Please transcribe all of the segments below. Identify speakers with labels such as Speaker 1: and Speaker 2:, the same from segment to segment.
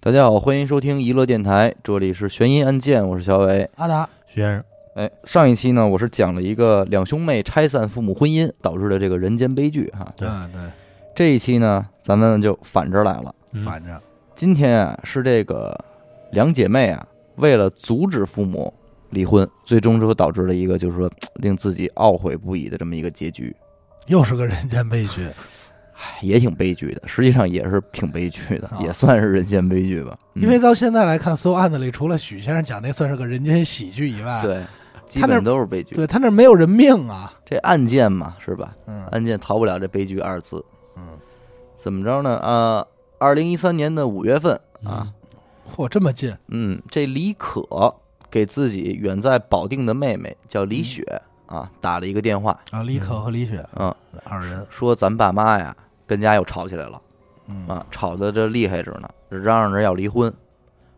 Speaker 1: 大家好，欢迎收听娱乐电台，这里是悬疑案件，我是小伟。
Speaker 2: 阿达，
Speaker 3: 徐先生，
Speaker 1: 哎，上一期呢，我是讲了一个两兄妹拆散父母婚姻导致的这个人间悲剧哈。
Speaker 3: 对
Speaker 2: 嗯对，
Speaker 1: 这一期呢，咱们就反着来了。
Speaker 3: 嗯
Speaker 2: 反正
Speaker 1: 今天啊，是这个两姐妹啊，为了阻止父母离婚，最终就导致了一个就是说令自己懊悔不已的这么一个结局，
Speaker 2: 又是个人间悲剧。
Speaker 1: 唉也挺悲剧的。实际上也是挺悲剧的
Speaker 2: 啊，
Speaker 1: 也算是人间悲剧吧。嗯
Speaker 2: 因为到现在来看，所有案子里，除了许先生讲那算是个人间喜剧以外，
Speaker 1: 对，基本都是悲剧。
Speaker 2: 对他那儿没有人命啊。
Speaker 1: 这案件嘛，是吧？
Speaker 2: 嗯
Speaker 1: 案件逃不了这悲剧二字。
Speaker 2: 嗯，
Speaker 1: 怎么着呢？啊，二零一三年的五月份
Speaker 2: 嗯
Speaker 1: 啊，
Speaker 2: 嚯，这么近，
Speaker 1: 嗯，这李可给自己远在保定的妹妹叫
Speaker 2: 嗯
Speaker 1: 李雪啊打了一个电话，
Speaker 2: 啊，李可和李雪
Speaker 1: 嗯，
Speaker 2: 二人，
Speaker 1: 说咱爸妈呀跟家又吵起来了
Speaker 2: 嗯
Speaker 1: 啊，吵得这厉害着呢，这嚷嚷着要离婚，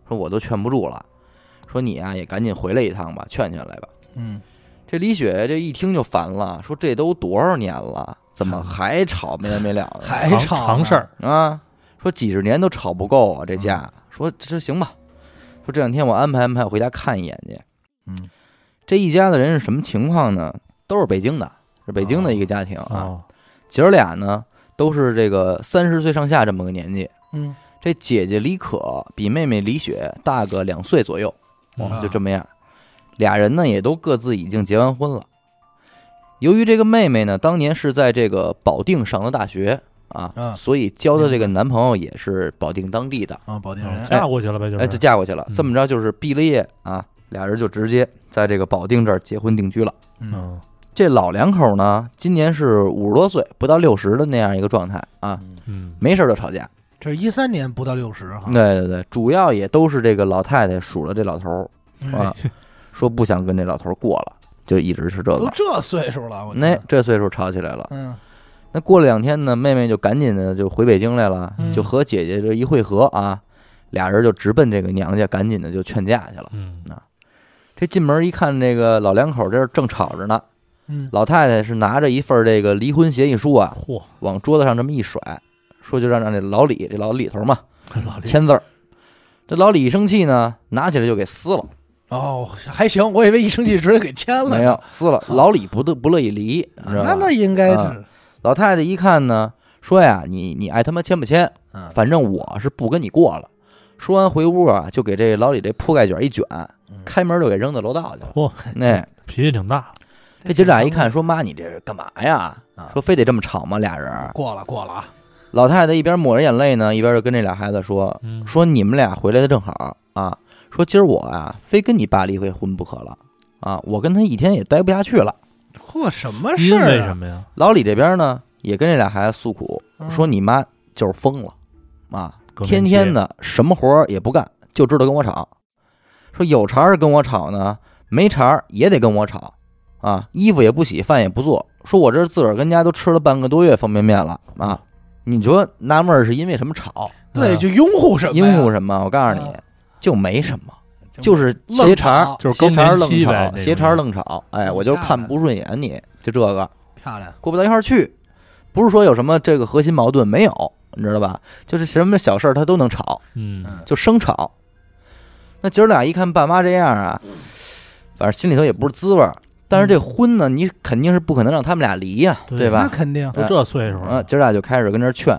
Speaker 1: 说我都劝不住了，说你啊也赶紧回来一趟吧，劝劝来吧。
Speaker 2: 嗯，
Speaker 1: 这李雪这一听就烦了，说这都多少年了，怎 么还吵没完没了的？
Speaker 2: 还
Speaker 3: 常
Speaker 2: 吵呢
Speaker 3: 常事儿，
Speaker 1: 啊，说几十年都吵不够啊，这架。
Speaker 3: 嗯
Speaker 1: 说这行吧，说这两天我安排安排，我回家看一眼去。
Speaker 2: 嗯，
Speaker 1: 这一家的人是什么情况呢？都是北京的，是北京的一个家庭啊。
Speaker 3: 哦，
Speaker 1: 姐儿俩呢，都是这个三十岁上下这么个年纪。
Speaker 2: 嗯，
Speaker 1: 这姐姐李可比妹妹李雪大个两岁左右，
Speaker 2: 啊
Speaker 1: 嗯就这么样。俩人呢也都各自已经结完婚了。由于这个妹妹呢，当年是在这个保定上的大学啊，
Speaker 2: 嗯
Speaker 1: 所以交的这个男朋友也是保定当地的，
Speaker 2: 啊，保定
Speaker 3: 嗯
Speaker 2: 人，
Speaker 3: 嫁过去了呗，就
Speaker 1: 哎，就是嫁过去了。
Speaker 3: 嗯
Speaker 1: 这么着就是毕了业啊，俩人就直接在这个保定这儿结婚定居了。
Speaker 2: 嗯
Speaker 3: 嗯
Speaker 1: 这老两口呢，今年是五十多岁，不到六十的那样一个状态啊，
Speaker 2: 嗯
Speaker 3: 嗯
Speaker 1: 没事儿就吵架。
Speaker 2: 这一三年不到六十哈，
Speaker 1: 对对对，主要也都是这个老太太数落这老头儿
Speaker 2: 嗯
Speaker 1: 啊，说不想跟这老头儿过了，就一直是这
Speaker 2: 都
Speaker 1: 个。
Speaker 2: 这岁数了，我觉
Speaker 1: 那
Speaker 2: 得，
Speaker 1: 这岁数吵起来了，
Speaker 2: 嗯
Speaker 1: 那过了两天呢，妹妹就赶紧的就回北京来了，
Speaker 2: 嗯
Speaker 1: 就和姐姐这一会合啊，俩人就直奔这个娘家，赶紧的就劝架去了。
Speaker 3: 嗯
Speaker 1: 这进门一看，这个老两口这儿正吵着呢，
Speaker 2: 嗯，
Speaker 1: 老太太是拿着一份这个离婚协议书啊，
Speaker 3: 嚯，
Speaker 1: 往桌子上这么一甩，说就让让这老李这老李头嘛
Speaker 3: 老李
Speaker 1: 签字儿。这老李一生气呢，拿起来就给撕了，
Speaker 2: 哦，还行，我以为一生气直接给签了，
Speaker 1: 没有，撕了。老李不得不乐意离，你知道
Speaker 2: 那
Speaker 1: 吧
Speaker 2: 那？应该是
Speaker 1: 啊，老太太一看呢，说呀，你你爱他妈签不签，
Speaker 2: 嗯
Speaker 1: 反正我是不跟你过了。说完回屋啊，就给这老李这铺盖卷一卷，
Speaker 2: 嗯
Speaker 1: 开门就给扔到楼道去了。
Speaker 3: 嚯，
Speaker 1: 那、
Speaker 3: 脾气挺大，
Speaker 1: 这姐哎俩一看，说妈，你这是干嘛呀
Speaker 2: 啊？
Speaker 1: 说非得这么吵吗？俩人，
Speaker 2: 过了过了啊，
Speaker 1: 老太太一边抹着眼泪呢，一边就跟这俩孩子说
Speaker 3: 嗯，
Speaker 1: 说你们俩回来的正好啊，说今儿我啊非跟你爸离回婚不可了啊，我跟他一天也待不下去了。
Speaker 2: 嚯，什么事
Speaker 3: 因
Speaker 2: 儿啊？
Speaker 3: 为什么呀？
Speaker 1: 老李这边呢也跟这俩孩子诉苦，
Speaker 2: 嗯
Speaker 1: 说你妈就是疯了啊，
Speaker 3: 更
Speaker 1: 天
Speaker 3: 年期
Speaker 1: 天的什么活儿也不干，就知道跟我吵。说有茬儿跟我吵呢，没茬儿也得跟我吵啊！衣服也不洗，饭也不做。说我这自个儿跟家都吃了半个多月方便面了啊！你说纳闷儿是因为什么吵？
Speaker 2: 对，
Speaker 3: 嗯
Speaker 2: 就拥护什么呀？
Speaker 1: 因呃护什么？我告诉你
Speaker 2: 嗯，
Speaker 1: 就没什么，
Speaker 2: 就
Speaker 1: 就是斜茬儿
Speaker 2: 愣，
Speaker 3: 就是
Speaker 1: 斜
Speaker 3: 更
Speaker 1: 茬儿
Speaker 3: 年
Speaker 1: 愣
Speaker 3: 期呗，
Speaker 1: 吵，斜茬儿愣吵。哎，
Speaker 2: 嗯
Speaker 1: 我就
Speaker 2: 大
Speaker 1: 看
Speaker 2: 胆
Speaker 1: 不顺眼你，就这个
Speaker 2: 漂亮，
Speaker 1: 过不到一块儿去。不是说有什么这个核心矛盾没有，你知道吧？就是什么小事儿他都能吵。
Speaker 3: 嗯
Speaker 2: 嗯，
Speaker 1: 就生吵。那姐儿俩一看爸妈这样啊，反正心里头也不是滋味儿。但是这婚呢，你肯定是不可能让他们俩离呀、
Speaker 3: 对
Speaker 1: 对
Speaker 2: 嗯那
Speaker 1: 吧？
Speaker 2: 肯定，
Speaker 3: 都这岁数
Speaker 1: 嗯，
Speaker 3: 了，
Speaker 1: 姐儿俩就开始跟这儿劝，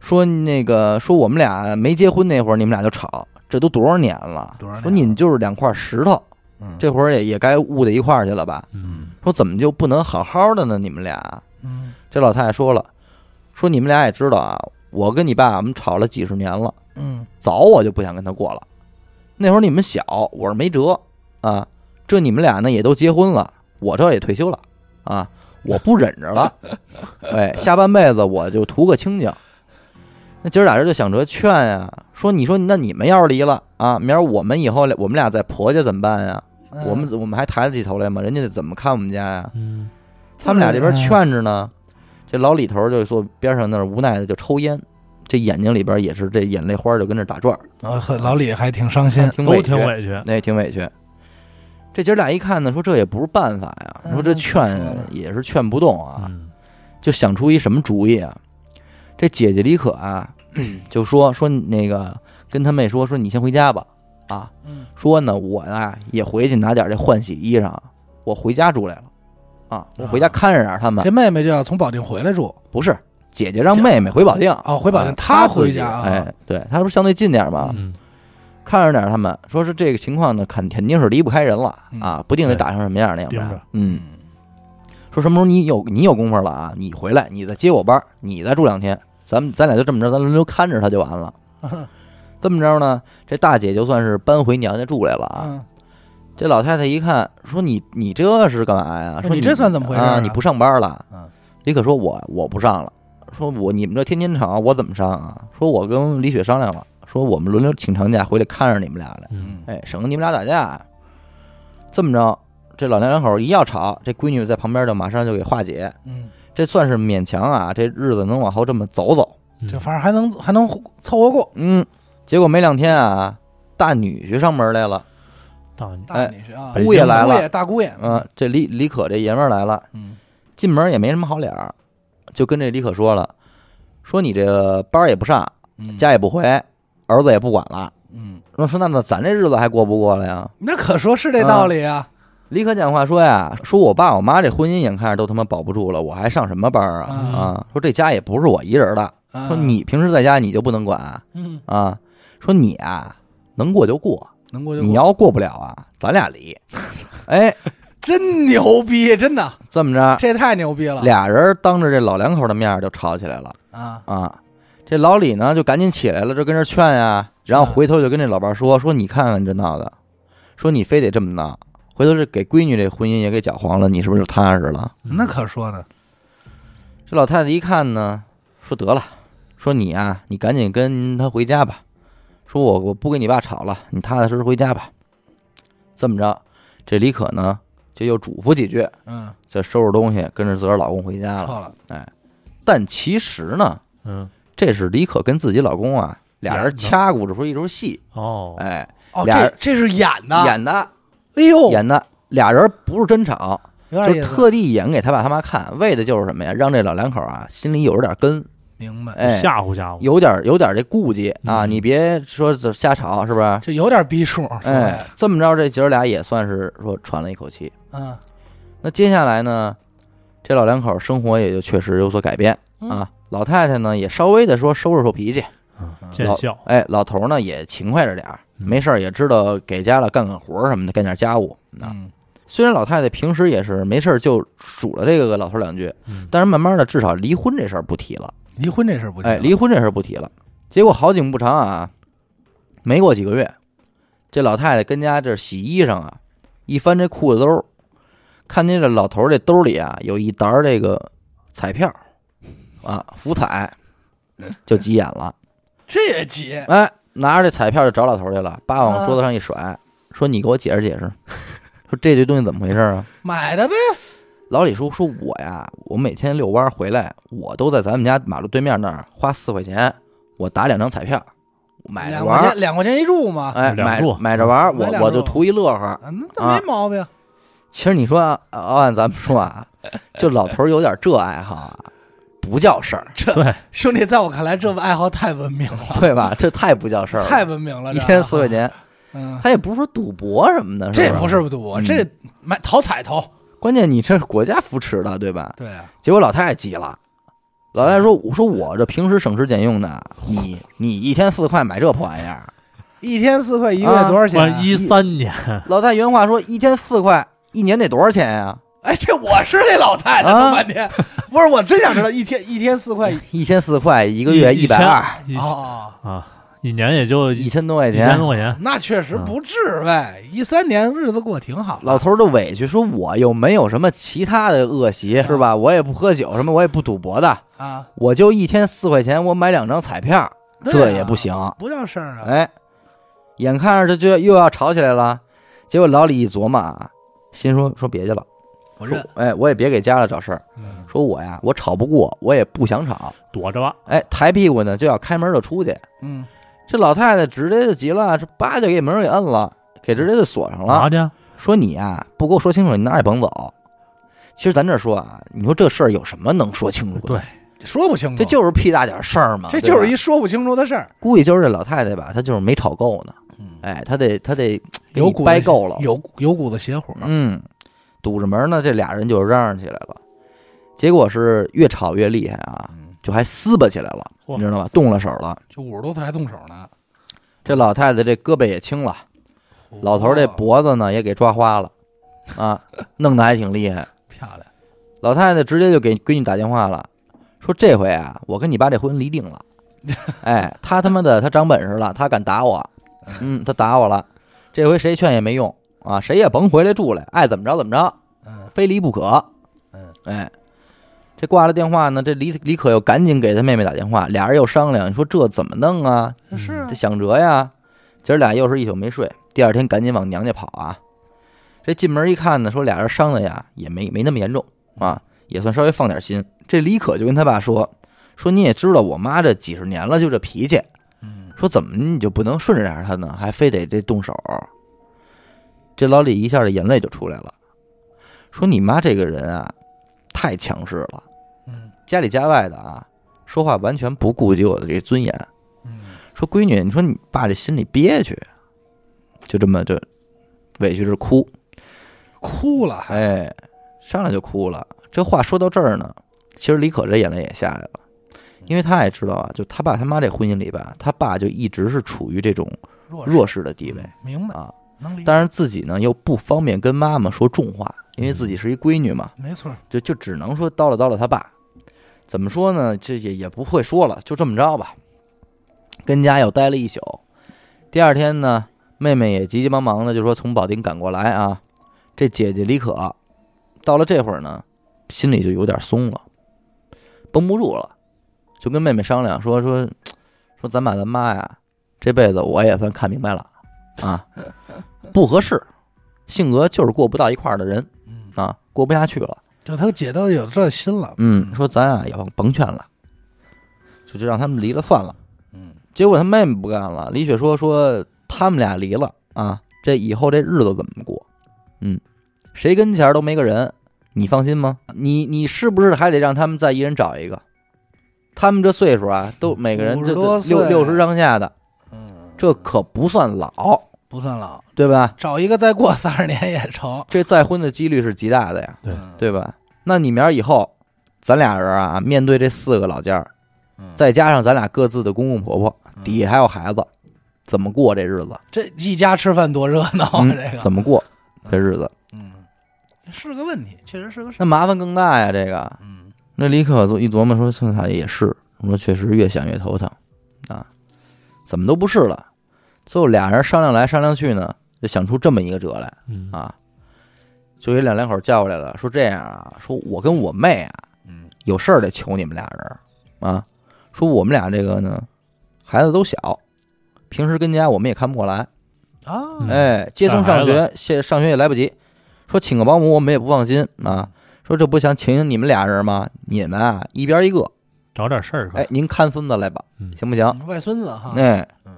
Speaker 1: 说那个说我们俩没结婚那会儿，你们俩就吵，这都多少年了？
Speaker 2: 多少年了
Speaker 1: 说你们就是两块石头，
Speaker 2: 嗯
Speaker 1: 这会儿也也该悟到一块儿去了吧？
Speaker 3: 嗯
Speaker 1: 说怎么就不能好好的呢？你们俩？
Speaker 2: 嗯
Speaker 1: 这老太太说了，说你们俩也知道啊，我跟你爸我们吵了几十年了。
Speaker 2: 嗯
Speaker 1: 早我就不想跟他过了。那会儿你们小，我是没辙啊。这你们俩呢也都结婚了，我这也退休了啊，我不忍着了。 哎，下半辈子我就图个清静。那姐儿俩人就想着劝呀、说你说那你们要是离了啊，明儿我们以后我们俩在婆家怎么办呀、
Speaker 2: 嗯
Speaker 1: 我们我们还抬得起头来吗？人家怎么看我们家呀、
Speaker 3: 嗯
Speaker 1: 他们俩这边
Speaker 2: 哎呀
Speaker 1: 劝着呢，这老李头就坐边上那儿无奈的就抽烟，这眼睛里边也是这眼泪花就跟那打转儿，
Speaker 2: 啊呵老李还挺伤心，
Speaker 1: 挺
Speaker 3: 嗯都
Speaker 1: 委
Speaker 3: 挺
Speaker 1: 屈，啊
Speaker 3: 委屈，
Speaker 1: 那也挺委屈。这姐儿俩一看呢，说这也不是办法呀，
Speaker 2: 嗯
Speaker 1: 说这劝
Speaker 2: 那可说呢
Speaker 1: 也是劝不动啊，
Speaker 3: 嗯
Speaker 1: 就想
Speaker 2: 嗯
Speaker 1: 出一什么主意啊？这姐姐李可啊，就说说那个跟他妹说说你先回家吧，啊，
Speaker 2: 嗯
Speaker 1: 说呢我呀也回去拿点这换洗衣裳，我回家住来了，啊，我回家看着点他们，
Speaker 2: 这妹妹就要从保定回来住
Speaker 1: 不是姐姐让妹妹回保定，
Speaker 2: 哦，回保定
Speaker 1: 啊
Speaker 2: 她
Speaker 1: 自
Speaker 2: 回
Speaker 1: 己
Speaker 2: 家啊，
Speaker 1: 哎，对，她不是相对近点嘛，
Speaker 3: 嗯，
Speaker 1: 看着点他们，说是这个情况呢，肯肯定是离不开人了
Speaker 2: 嗯
Speaker 1: 啊，不定得打成什么样那
Speaker 3: 盯
Speaker 1: 样
Speaker 3: 着。
Speaker 1: 嗯，说什么时候你有你有功夫了啊，你回来，你再接我班儿，你再住两天，咱们咱俩就这么着，咱轮流看着他就完了。
Speaker 2: 嗯
Speaker 1: 这么着呢，这大姐就算是搬回娘家住来了啊。
Speaker 2: 啊，
Speaker 1: 这老太太一看，说你你这是干嘛呀？
Speaker 2: 说
Speaker 1: 说
Speaker 2: 你这算怎么回事
Speaker 1: 啊？
Speaker 2: 啊
Speaker 1: 你不上班了？
Speaker 2: 嗯
Speaker 1: 李可说我我不上了，说我你们这天天吵，我怎么上啊？说我跟李雪商量了，说我们轮流请长假回来看着你们俩来。
Speaker 3: 嗯，
Speaker 1: 哎，省得你们俩打架。这么着，这老两口一要吵，这闺女在旁边就马上就给化解，
Speaker 2: 嗯，
Speaker 1: 这算是勉强啊，这日子能往后这么走走。
Speaker 3: 嗯
Speaker 2: 这反正还能还能凑合过。
Speaker 1: 嗯，结果没两天啊，大女婿上门来了，
Speaker 3: 大女
Speaker 2: 大女婿啊，
Speaker 3: 哎
Speaker 1: 嗯姑爷来
Speaker 2: 姑
Speaker 1: 了，
Speaker 2: 爷大姑爷，
Speaker 1: 嗯、这李李可这爷们儿来了，
Speaker 2: 嗯
Speaker 1: 进门也没什么好脸儿，就跟这李可说了，说你这个班儿也不上，
Speaker 2: 嗯，
Speaker 1: 家也不回，儿子也不管了。
Speaker 2: 嗯，
Speaker 1: 那说那那咱这日子还过不过了呀？
Speaker 2: 那可说是
Speaker 1: 嗯
Speaker 2: 这道理啊，
Speaker 1: 李可讲话说呀，说我爸我妈这婚姻眼看着都他妈保不住了，我还上什么班儿啊？
Speaker 2: 嗯
Speaker 1: 啊，说这家也不是我一人的，
Speaker 2: 啊
Speaker 1: 说你平时在家你就不能管啊
Speaker 2: 嗯
Speaker 1: 啊？说你啊，能过就过，
Speaker 2: 能过就过
Speaker 1: 你要过不了啊，咱俩 离。哎，
Speaker 2: 真牛逼，真的，
Speaker 1: 这么着，
Speaker 2: 这太牛逼了，
Speaker 1: 啊俩人当着这老两口的面就吵起来了
Speaker 2: 啊，
Speaker 1: 啊。这老李呢就赶紧起来了，就跟这劝呀，然后回头就跟这老伴儿
Speaker 2: 嗯
Speaker 1: 说说你看看这闹的，说你非得这么闹，回头这给闺女这婚姻也给搅黄了，你是不是就踏实了？
Speaker 2: 那可说呢，
Speaker 1: 这老太太一看呢，说得了，说你啊，你赶紧跟他回家吧。说我我不跟你爸吵了，你踏踏实实回家吧。这么着，这李可呢就又嘱咐几句，
Speaker 2: 嗯，
Speaker 1: 再收拾东西，跟着自个儿老公回家了。
Speaker 2: 错了，
Speaker 1: 但其实呢，
Speaker 3: 嗯
Speaker 1: 这是李可跟自己老公啊俩人掐鼓着说一出戏，
Speaker 3: 哦，
Speaker 1: 哎，
Speaker 2: 哦，
Speaker 1: 俩
Speaker 2: 这
Speaker 1: 人
Speaker 2: 这是演的，，
Speaker 1: 演的
Speaker 2: 哎呦，
Speaker 1: 演的，俩人不是真吵，
Speaker 2: 有点
Speaker 1: 就
Speaker 2: 意思，
Speaker 1: 特地演给他爸他妈看，为的就是什么呀？让这老两口啊心里有点根，
Speaker 2: 明白，
Speaker 1: 哎，
Speaker 3: 吓唬吓唬，
Speaker 1: 有点儿有点儿这顾忌啊，
Speaker 3: 嗯啊
Speaker 1: 你别说这瞎吵是不是？
Speaker 2: 这有点逼数，所谓
Speaker 1: 哎，这么着，这姐儿俩也算是说喘了一口气。
Speaker 2: 嗯，
Speaker 1: 那接下来呢，这老两口生活也就确实有所改变啊。老太太呢也稍微的说收拾收脾气，
Speaker 3: 嗯见笑，
Speaker 1: 哎，老头儿呢也勤快着点儿，
Speaker 3: 嗯
Speaker 1: 没事儿也知道给家了干干活儿什么的，干点家务。啊，
Speaker 2: 嗯，
Speaker 1: 虽然老太太平时也是没事儿就数了这个老头儿两句，
Speaker 3: 嗯
Speaker 1: 但是慢慢的至少离婚这事儿不提了。
Speaker 2: 离婚这事儿不
Speaker 1: 哎，
Speaker 2: 行
Speaker 1: 离婚这事儿不提了。结果好景不长啊，没过几个月，这老太太跟家这洗衣裳啊，一翻这裤子兜儿，看见这老头儿这兜里啊有一沓儿这个彩票啊，福彩，就急眼了。
Speaker 2: 这也急，
Speaker 1: 哎，拿着这彩票就找老头儿去了，叭往桌子上一甩，说：“你给我解释解释，说这堆东西怎么回事儿啊
Speaker 2: 买的呗，？”
Speaker 1: 老李说：“说我呀，我每天遛弯儿回来，我都在咱们家马路对面那儿花四块钱，我打两张彩票，买着
Speaker 2: 两
Speaker 1: 玩
Speaker 2: 块
Speaker 1: 儿
Speaker 2: 钱，，两块钱一注嘛，
Speaker 1: 哎，
Speaker 3: 两
Speaker 1: 买
Speaker 3: 注
Speaker 1: 买着玩儿，
Speaker 2: 买
Speaker 1: 我
Speaker 2: 两注
Speaker 1: 我就图一乐呵。
Speaker 2: 啊，那那没毛病，
Speaker 1: 其实你说啊，按咱们说啊，就老头儿有点这爱好啊，不叫事儿，
Speaker 3: 对，
Speaker 2: 兄弟，在我看来，这爱好太文明了，
Speaker 1: 对吧？这太不叫事儿了，
Speaker 2: 太文明了，
Speaker 1: 一
Speaker 2: 这
Speaker 1: 天四块 钱，
Speaker 2: 嗯，
Speaker 1: 他也不是说赌博什么的，
Speaker 2: 这
Speaker 1: 不
Speaker 2: 不
Speaker 1: 是？
Speaker 2: 是赌，
Speaker 1: 嗯
Speaker 2: 这买讨彩头，
Speaker 1: 关键你这是国家扶持的，对吧？
Speaker 2: 对啊，
Speaker 1: 结果老太太急了，老太太说：“我说我这平时省吃俭用的，你你一天四块买这破玩意儿。
Speaker 2: 一天四块，一个月多少钱啊？
Speaker 3: 关一三年，”
Speaker 1: 老太太原话说：“一天四块，一年得多少钱呀、
Speaker 2: 哎，这我是那老太太，
Speaker 1: 啊
Speaker 2: 弄半 天，不是，我真想知道一天一天四块，
Speaker 1: 一天四块，一个月
Speaker 3: 哎一
Speaker 1: 百二，
Speaker 3: 一千
Speaker 2: 哦，
Speaker 3: 啊，一年也就
Speaker 1: 一
Speaker 3: 一
Speaker 1: 千多块
Speaker 3: 千
Speaker 1: 钱。
Speaker 3: 多块钱，
Speaker 2: 那确实不至呗，一三年日子过挺好，
Speaker 1: 老头儿都委屈，说我又没有什么其他的恶
Speaker 3: 嗯
Speaker 1: 习，是吧？我也不喝酒，什么我也不赌博的，
Speaker 2: 啊，
Speaker 1: 我就一天四块钱，我买两张彩票，
Speaker 2: 对啊
Speaker 1: 这也不，行。
Speaker 2: 不叫事
Speaker 3: 嗯
Speaker 2: 儿啊，
Speaker 1: 哎，眼看着这就又要吵起来了，结果老李一琢磨啊，心说说别去了，
Speaker 2: 我
Speaker 1: 说
Speaker 2: 认，
Speaker 1: 哎，我也别给家里找事儿。
Speaker 3: 嗯
Speaker 1: 说我呀，我吵不过，我也不想吵。
Speaker 3: 躲着吧，
Speaker 1: 哎，抬屁股呢就要开门就出去，
Speaker 2: 嗯，
Speaker 1: 这老太太直接就急了，这叭就给门给摁了，给直接就锁上了。
Speaker 3: 拿去啊，
Speaker 1: 说你啊，不给我说清楚，你哪儿也甭走。其实咱这说啊，你说这事儿有什么能说清楚的？
Speaker 3: 对，
Speaker 2: 嗯说不清楚，
Speaker 1: 这就是屁大点事儿嘛，
Speaker 2: 这
Speaker 1: 对吧
Speaker 2: 就是一说不清楚的事儿，
Speaker 1: 估计就是这老太太吧，她就是没炒够呢，
Speaker 2: 嗯
Speaker 1: 哎，她得她得给
Speaker 2: 有
Speaker 1: 你
Speaker 2: 股子
Speaker 1: 掰够了，
Speaker 2: 有有股子邪火，
Speaker 1: 嗯，堵着门呢，这俩人就嚷嚷起来了，结果是越吵越厉害啊，
Speaker 2: 嗯
Speaker 1: 就还撕巴起来了，
Speaker 3: 嚯
Speaker 1: 你知道吧？动了手了，
Speaker 2: 就五十多岁还动手呢，
Speaker 1: 这老太太这胳膊也青了，老头儿这
Speaker 2: 哦
Speaker 1: 脖子呢也给抓花了，啊， 弄得还挺厉害。
Speaker 2: 漂亮，
Speaker 1: 老太太直接就给闺女打电话了，说这回啊，我跟你爸这婚离 定了。哎，他他妈的，他长本事了，他敢打我，嗯，他打我了，这回谁劝也没用啊，谁也甭回来住来，爱怎么着怎么着，
Speaker 2: 嗯
Speaker 1: 非离不可。
Speaker 2: 嗯，
Speaker 1: 哎，这挂了电话呢，这李李可又赶紧给他妹妹打电话，俩人又商量，你说这怎么弄啊？
Speaker 2: 这是啊
Speaker 1: 这，想辙呀，姐儿俩又是一宿没睡，第二天赶紧往娘家跑啊。这进门一看呢，说俩人伤的呀也没没那么严重啊，也算稍微放点心。这李可就跟他爸说，说你也知道我妈这几十年了就这脾气，
Speaker 2: 嗯
Speaker 1: 说怎么你就不能顺着点儿她呢，还非得这动手儿？这老李一下这眼泪就出来了，说你妈这个人啊太强势了，
Speaker 2: 嗯
Speaker 1: 家里家外的啊说话完全不顾及我的这尊严，
Speaker 2: 嗯，
Speaker 1: 说闺女，你说你爸这心里憋屈，就这么就委屈着哭，
Speaker 2: 哭了还，
Speaker 1: 哎，上来就哭了。这话说到这儿呢，其实李可这眼泪也下来了，
Speaker 2: 嗯
Speaker 1: 因为他也知道啊，就他爸他妈这婚姻里吧，他爸就一直是处于这种
Speaker 2: 弱嗯
Speaker 1: 弱势的地位
Speaker 2: 明白，
Speaker 1: 啊，
Speaker 2: 能理解，
Speaker 1: 但是自己呢又不方便跟妈妈说重话，因为自己是一闺女嘛，
Speaker 2: 没错，
Speaker 1: 就就只能说叨了叨了他爸。怎么说呢？这也也不会说了，就这么着吧。跟家又待了一宿，第二天呢，妹妹也急急忙忙的就说从保定赶过来啊。这姐姐李可，到了这会儿呢，心里就有点松了，绷不住了，就跟妹妹商量说说说咱爸咱妈呀，这辈子我也算看明白了啊， 不合适，性格就是过不到一块儿的人
Speaker 2: 嗯，
Speaker 1: 啊，过不下去了。
Speaker 2: 就他姐都有这心了，
Speaker 1: 嗯，说咱啊也甭甭劝了，就就让他们离了算了。
Speaker 2: 嗯，
Speaker 1: 结果他妹妹不干了，李雪说说他们俩离了啊，这以后这日子怎么过？嗯，谁跟前儿都没个人，你放心吗？你你是不是还得让他们再一人找一个？他们这岁数啊，都每个人
Speaker 2: 50
Speaker 1: 就
Speaker 2: 多
Speaker 1: 就六
Speaker 2: 岁
Speaker 1: 六十上下的，
Speaker 2: 嗯，
Speaker 1: 这可不算老，
Speaker 2: 不算老，
Speaker 1: 对吧？
Speaker 2: 找一个再过三十年也成，
Speaker 1: 这再婚的几率是极大的呀，
Speaker 3: 对
Speaker 2: 嗯，
Speaker 1: 对吧？那你明儿以后，咱俩人啊，面对这四个老家儿，
Speaker 2: 嗯
Speaker 1: 再加上咱俩各自的公公婆婆，底下还有孩子，怎么过这 日子？
Speaker 2: 这一家吃饭多热闹啊，
Speaker 1: 嗯
Speaker 2: 这个
Speaker 1: 怎么过这日子？
Speaker 2: 嗯，是个问题，确实是个事
Speaker 1: 那
Speaker 2: 儿。
Speaker 1: 麻烦更大呀！这个，
Speaker 2: 嗯
Speaker 1: 那李可一琢磨说：“算算也是，我说确实越想越头疼啊，怎么都不是了。”最后俩人商量来商量去呢，就想出这么一个辙来
Speaker 3: 嗯，
Speaker 1: 啊，就给两两口叫过来了，说这样啊，说我跟我妹啊
Speaker 2: 嗯
Speaker 1: 有事儿得求你们俩人儿啊，说我们俩这个呢，孩子都小，平时跟家我们也看不过来，
Speaker 2: 啊，
Speaker 1: 哎，接送上学，现上学也来不及。说请个保姆，我们也不放心啊。说这不想请请你们俩人吗？你们啊，一边一个。
Speaker 3: 找点事儿干
Speaker 1: 哎，，您看孙子来吧，
Speaker 3: 嗯
Speaker 1: 行不行？
Speaker 2: 外孙子哈，
Speaker 1: 哎
Speaker 2: 嗯，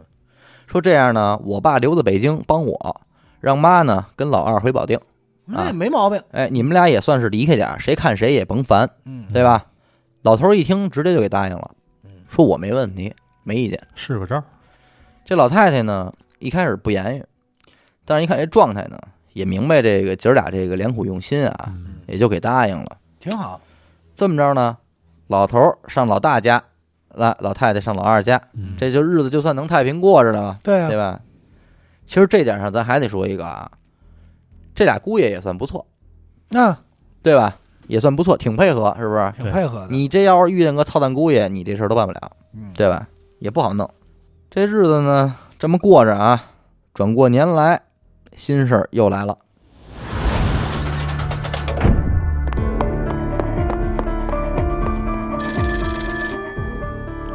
Speaker 1: 说这样呢，我爸留在北京帮我，让妈呢跟老二回保定。
Speaker 2: 那也没毛病，
Speaker 1: 哎，你们俩也算是离开点儿，谁看谁也甭烦，
Speaker 2: 嗯，
Speaker 1: 对吧？老头儿一听，直接就给答应了
Speaker 2: 嗯，
Speaker 1: 说我没问题，没意见。
Speaker 3: 试个招
Speaker 1: 啊
Speaker 3: 儿，
Speaker 1: 这老太太呢，一开始不言语，但是一看这状态呢，也明白这个姐儿俩这个良苦用心啊，
Speaker 3: 嗯
Speaker 1: 也就给答应了。
Speaker 2: 挺好，
Speaker 1: 这么着呢，老头儿上老大家，来老太太上老二家，
Speaker 3: 嗯，
Speaker 1: 这就日子就算能太平过着了，
Speaker 2: 对啊
Speaker 1: 对，吧？其实这点上咱还得说一个啊，这俩姑爷也算不错，
Speaker 2: 那
Speaker 1: 对吧？也算不错，挺配合，是不是？
Speaker 2: 挺配合的，
Speaker 1: 你这要是遇见个操蛋姑爷，你这事儿都办不了。
Speaker 2: 嗯
Speaker 1: 对吧？也不好弄。这日子呢，这么过着啊，转过年来，新事儿又来了。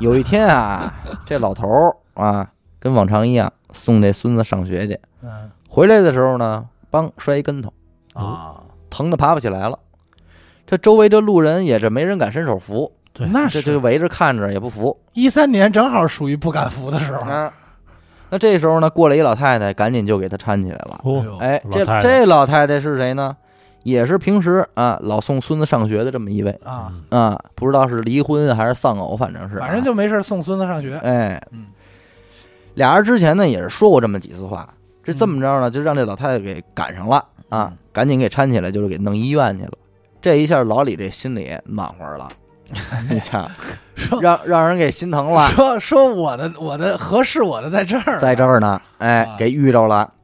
Speaker 1: 有一天啊，这老头儿啊，跟往常一样送这孙子上学去，
Speaker 2: 嗯
Speaker 1: 回来的时候呢，梆摔一跟头，
Speaker 4: 啊，
Speaker 1: 疼得爬不起来了。这周围这路人也是没人敢伸手扶，
Speaker 3: 对，
Speaker 2: 那
Speaker 1: 哎这这
Speaker 2: 是
Speaker 1: 围着看着也不扶。
Speaker 2: 一三年正好属于不敢服的时候。哎
Speaker 1: 啊，那这时候呢，过来一老太太，赶紧就给他搀起来了。
Speaker 2: 哎
Speaker 3: 哦，
Speaker 2: 呦，
Speaker 1: 哎，
Speaker 3: 老
Speaker 1: 这
Speaker 3: 太太
Speaker 1: 这老太太是谁呢？也是平时啊老送孙子上学的这么一位
Speaker 2: 啊，
Speaker 3: 嗯
Speaker 1: 啊，不知道是离婚还是丧偶，反正是、啊
Speaker 2: 反正就没事送孙子上学。
Speaker 1: 哎
Speaker 2: 嗯，
Speaker 1: 俩人之前呢也是说过这么几次话，这这
Speaker 2: 嗯
Speaker 1: 么着呢，就让这老太太给赶上了啊，赶紧给搀起来，就是给弄医院去了。这一下老李这心里暖和 了，你瞧，
Speaker 2: 说
Speaker 1: 让让人给心疼了，
Speaker 2: 说说我的我的合适我的在这儿，
Speaker 1: 在这，儿呢，哎
Speaker 2: 啊，
Speaker 1: 给遇着了。
Speaker 2: 嗯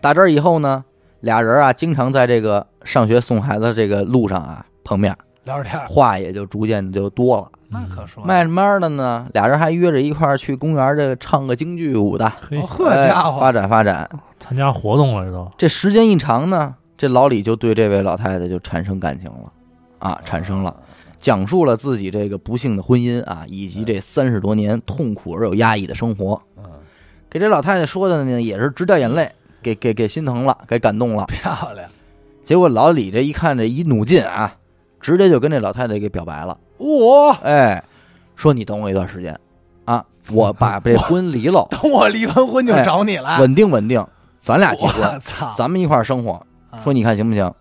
Speaker 1: 打这儿以后呢，俩人啊经常在这个上学送孩子的这个路上啊碰面，
Speaker 2: 聊着天儿，
Speaker 1: 话也就逐渐的就多了。
Speaker 2: 那可说了，
Speaker 1: 慢慢的呢，俩人还约着一块儿去公园这个唱个京剧舞的，
Speaker 3: 嘿
Speaker 2: 哦，呵家
Speaker 1: 哎
Speaker 2: 伙
Speaker 1: 发，展发展。
Speaker 3: 参加活动了这都，
Speaker 1: 这时间一长呢，这老李就对这位老太太就产生感情了，啊，产生
Speaker 2: 哦
Speaker 1: 了，讲述了自己这个不幸的婚姻啊，以及这三十多年痛苦而又压抑的生活。
Speaker 4: 嗯，
Speaker 1: 给这老太太说的呢，也是直掉眼泪，给给给心疼了，给感动了。
Speaker 2: 漂亮，
Speaker 1: 结果老李这一看这一努劲啊，直接就跟这老太太给表白了，
Speaker 2: 我
Speaker 1: 哎，说你等我一段时间啊，我 把这婚离了，
Speaker 2: 等我离完婚就找你来，
Speaker 1: 稳定稳定，咱哎俩结
Speaker 2: 啊我
Speaker 1: 婚，
Speaker 2: 操，
Speaker 1: 咱们一块儿生活，
Speaker 2: 啊
Speaker 1: 说你看行不行？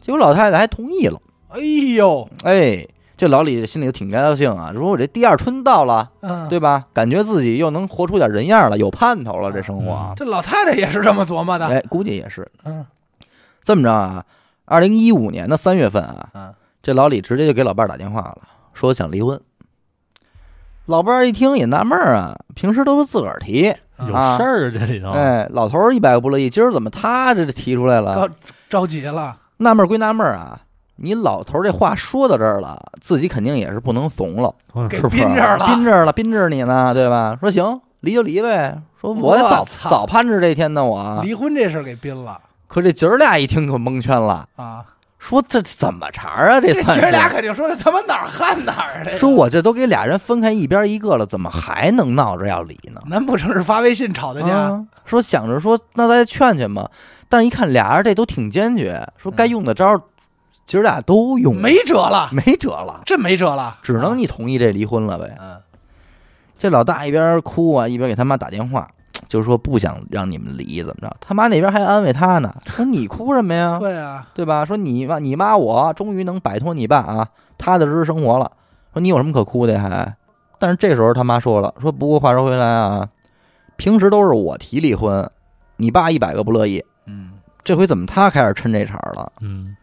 Speaker 1: 结果老太太还同意了。
Speaker 2: 哎呦，
Speaker 1: 哎，这老李心里就挺高兴啊，说我这第二春到了，
Speaker 2: 嗯，
Speaker 1: 对吧？感觉自己又能活出点人样了，有盼头了，这生活啊。
Speaker 2: 这老太太也是这么琢磨的，
Speaker 1: 哎，估计也是
Speaker 2: 嗯
Speaker 1: 这么着啊。二零一五年的三月份啊，
Speaker 2: 嗯，
Speaker 1: 这老李直接就给老伴儿打电话了，说想离婚。老伴儿一听也纳闷儿啊，平时都是自个儿提，
Speaker 3: 有
Speaker 1: 啊
Speaker 3: 事儿啊这里
Speaker 2: 哦
Speaker 3: 头，
Speaker 1: 哎，老头儿一百个不乐意，今儿怎么他这提出来了？
Speaker 2: 高着急了，
Speaker 1: 纳闷儿归纳闷儿啊，你老头儿这话说到这儿了，自己肯定也是不能怂了。
Speaker 3: 嗯
Speaker 2: 给
Speaker 3: 是不是
Speaker 2: 宾这儿了，嗯
Speaker 1: 宾这儿了，宾这儿你呢，对吧？说行，离就离呗。说我也早
Speaker 2: 我操
Speaker 1: 早盼着这天呢，我。
Speaker 2: 离婚这事儿给宾了
Speaker 1: 可这姐儿俩一听可蒙圈了，
Speaker 2: 啊，
Speaker 1: 说这怎么茬儿啊？这
Speaker 2: 这
Speaker 1: 算
Speaker 2: 姐
Speaker 1: 是
Speaker 2: 儿俩肯定说这他妈哪儿焊哪儿啊的，
Speaker 1: 说我这都给俩人分开一边一个了，怎么还能闹着要离呢？
Speaker 2: 难不成是发微信吵的架？
Speaker 1: 啊，说想着说那再劝劝吧，但是一看俩人这都挺坚决，说该用的招儿姐儿俩都用了，
Speaker 2: 嗯没辙了，
Speaker 1: 没辙了，
Speaker 2: 这没辙了，
Speaker 1: 只能你同意这离婚了呗。
Speaker 2: 嗯
Speaker 1: 这老大一边哭啊，一边给他妈打电话，就说不想让你们离，怎么着？他妈那边还安慰他呢，说你哭什么呀？
Speaker 2: 对啊，
Speaker 1: 对吧？说你妈你妈我终于能摆脱你爸啊，踏踏实实生活了。说你有什么可哭的还？但是这时候他妈说了，说不过话说回来啊，平时都是我提离婚，你爸一百个不乐意，
Speaker 2: 嗯，
Speaker 1: 这回怎么他开始抻这茬儿了？
Speaker 3: 嗯，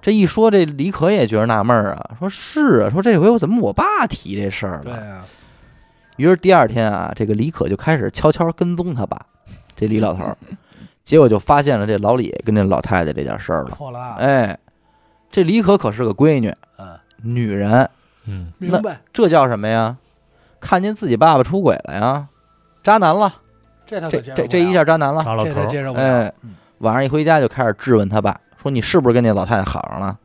Speaker 1: 这一说，这李可也觉得纳闷儿啊，说是啊，说这回我怎么我爸提这事儿
Speaker 2: 对
Speaker 1: 了？
Speaker 2: 啊，
Speaker 1: 于是第二天啊，这个李可就开始悄悄跟踪他爸，这李老头儿，结果就发现了这老李跟这老太太这件事儿了。
Speaker 2: 破了啊，
Speaker 1: 哎，这李可可是个闺女，
Speaker 2: 嗯，
Speaker 1: 女人，
Speaker 3: 嗯，
Speaker 2: 明白，
Speaker 1: 这叫什么呀？看见自己爸爸出轨了呀，渣男了，
Speaker 2: 这他
Speaker 1: 这
Speaker 2: 可接受
Speaker 1: 这
Speaker 2: 不
Speaker 1: 这一
Speaker 2: 了，
Speaker 1: 下渣男了。
Speaker 3: 大老
Speaker 2: 这
Speaker 3: 头
Speaker 2: 他
Speaker 3: 儿，
Speaker 2: 接受不了，嗯
Speaker 1: 哎，晚上一回家就开始质问他爸，说你是不是跟那老太太好上了？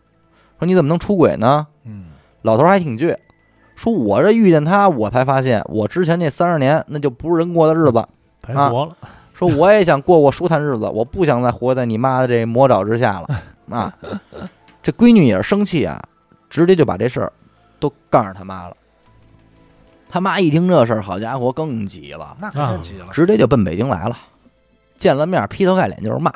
Speaker 1: 说你怎么能出轨呢？
Speaker 2: 嗯，
Speaker 1: 老头儿还挺倔，说我这遇见他，我才发现我之前那三十年那就不是人过的日子。
Speaker 3: 白
Speaker 1: 啊
Speaker 3: 活了，
Speaker 1: 说我也想过过舒坦日子，我不想再活在你妈的这魔爪之下 了啊！这闺女也是生气啊，直接就把这事儿都告诉他妈了。他妈一听这事儿，好家伙，更急了，
Speaker 2: 那肯定急了，
Speaker 1: 直接就奔北京来了。见了面，劈头盖脸就是骂，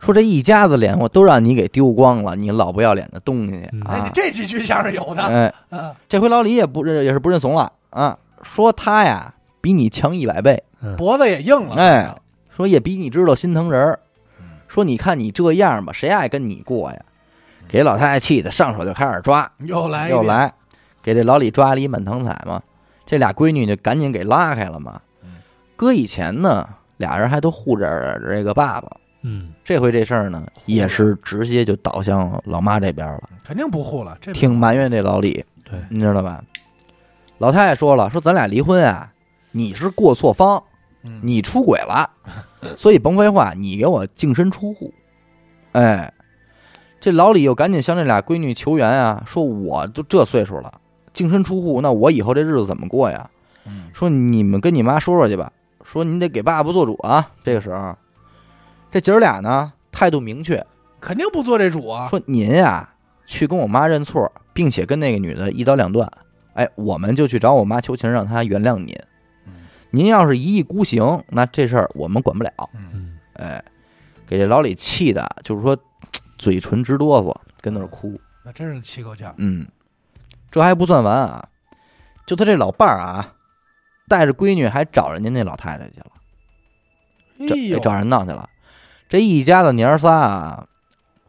Speaker 1: 说这一家子脸我都让你给丢光了，你老不要脸的东西
Speaker 3: 嗯
Speaker 2: 哎，你
Speaker 1: 啊！
Speaker 2: 这几句像是有的，
Speaker 1: 哎，
Speaker 2: 嗯，
Speaker 1: 这回老李也不认也是不认怂了啊，说他呀比你强一百倍，
Speaker 2: 脖子也硬了，
Speaker 1: 哎，说也比你知道心疼人儿
Speaker 2: 嗯，
Speaker 1: 说你看你这样吧，谁爱跟你过呀？给老太太气的，上手就开始抓，
Speaker 2: 又嗯来一
Speaker 1: 又
Speaker 2: 遍，
Speaker 1: 来，给这老李抓了一满堂彩嘛。这俩闺女就赶紧给拉开了嘛
Speaker 2: 嗯。
Speaker 1: 搁以前呢，俩人还都护着这个爸爸，
Speaker 3: 嗯，
Speaker 1: 这回这事儿呢，
Speaker 2: 护着
Speaker 1: 也是直接就倒向老妈这边了，
Speaker 2: 肯定不护了，这
Speaker 1: 挺埋怨这老李，
Speaker 3: 对，
Speaker 1: 你知道吧？老太太说了，说咱俩离婚啊，你是过错方，
Speaker 2: 嗯
Speaker 1: 你出轨 了，所以甭废话，你给我净身出户。哎，这老李又赶紧向这俩闺女求援啊，说我都这岁数了，净身出户，那我以后这日子怎么过呀？
Speaker 2: 嗯
Speaker 1: 说你们跟你妈说说去吧，说你得给爸爸做主啊。这个时候，这姐儿俩呢态度明确，
Speaker 2: 肯定不做这主啊。
Speaker 1: 说您呀、去跟我妈认错，并且跟那个女的一刀两断。哎，我们就去找我妈求情，让她原谅您
Speaker 2: 嗯。
Speaker 1: 您要是一意孤行，那这事儿我们管不了。
Speaker 2: 嗯，
Speaker 3: 嗯，
Speaker 1: 哎，给这老李气的，就是说嘴唇直哆嗦，跟那儿哭。
Speaker 2: 那真是气够呛。
Speaker 1: 嗯，这还不算完啊，就他这老伴儿啊，带着闺女还找人家那老太太去了。
Speaker 2: 哎
Speaker 1: 这
Speaker 2: 呦，
Speaker 1: 找人闹去了。这一家子娘儿仨啊，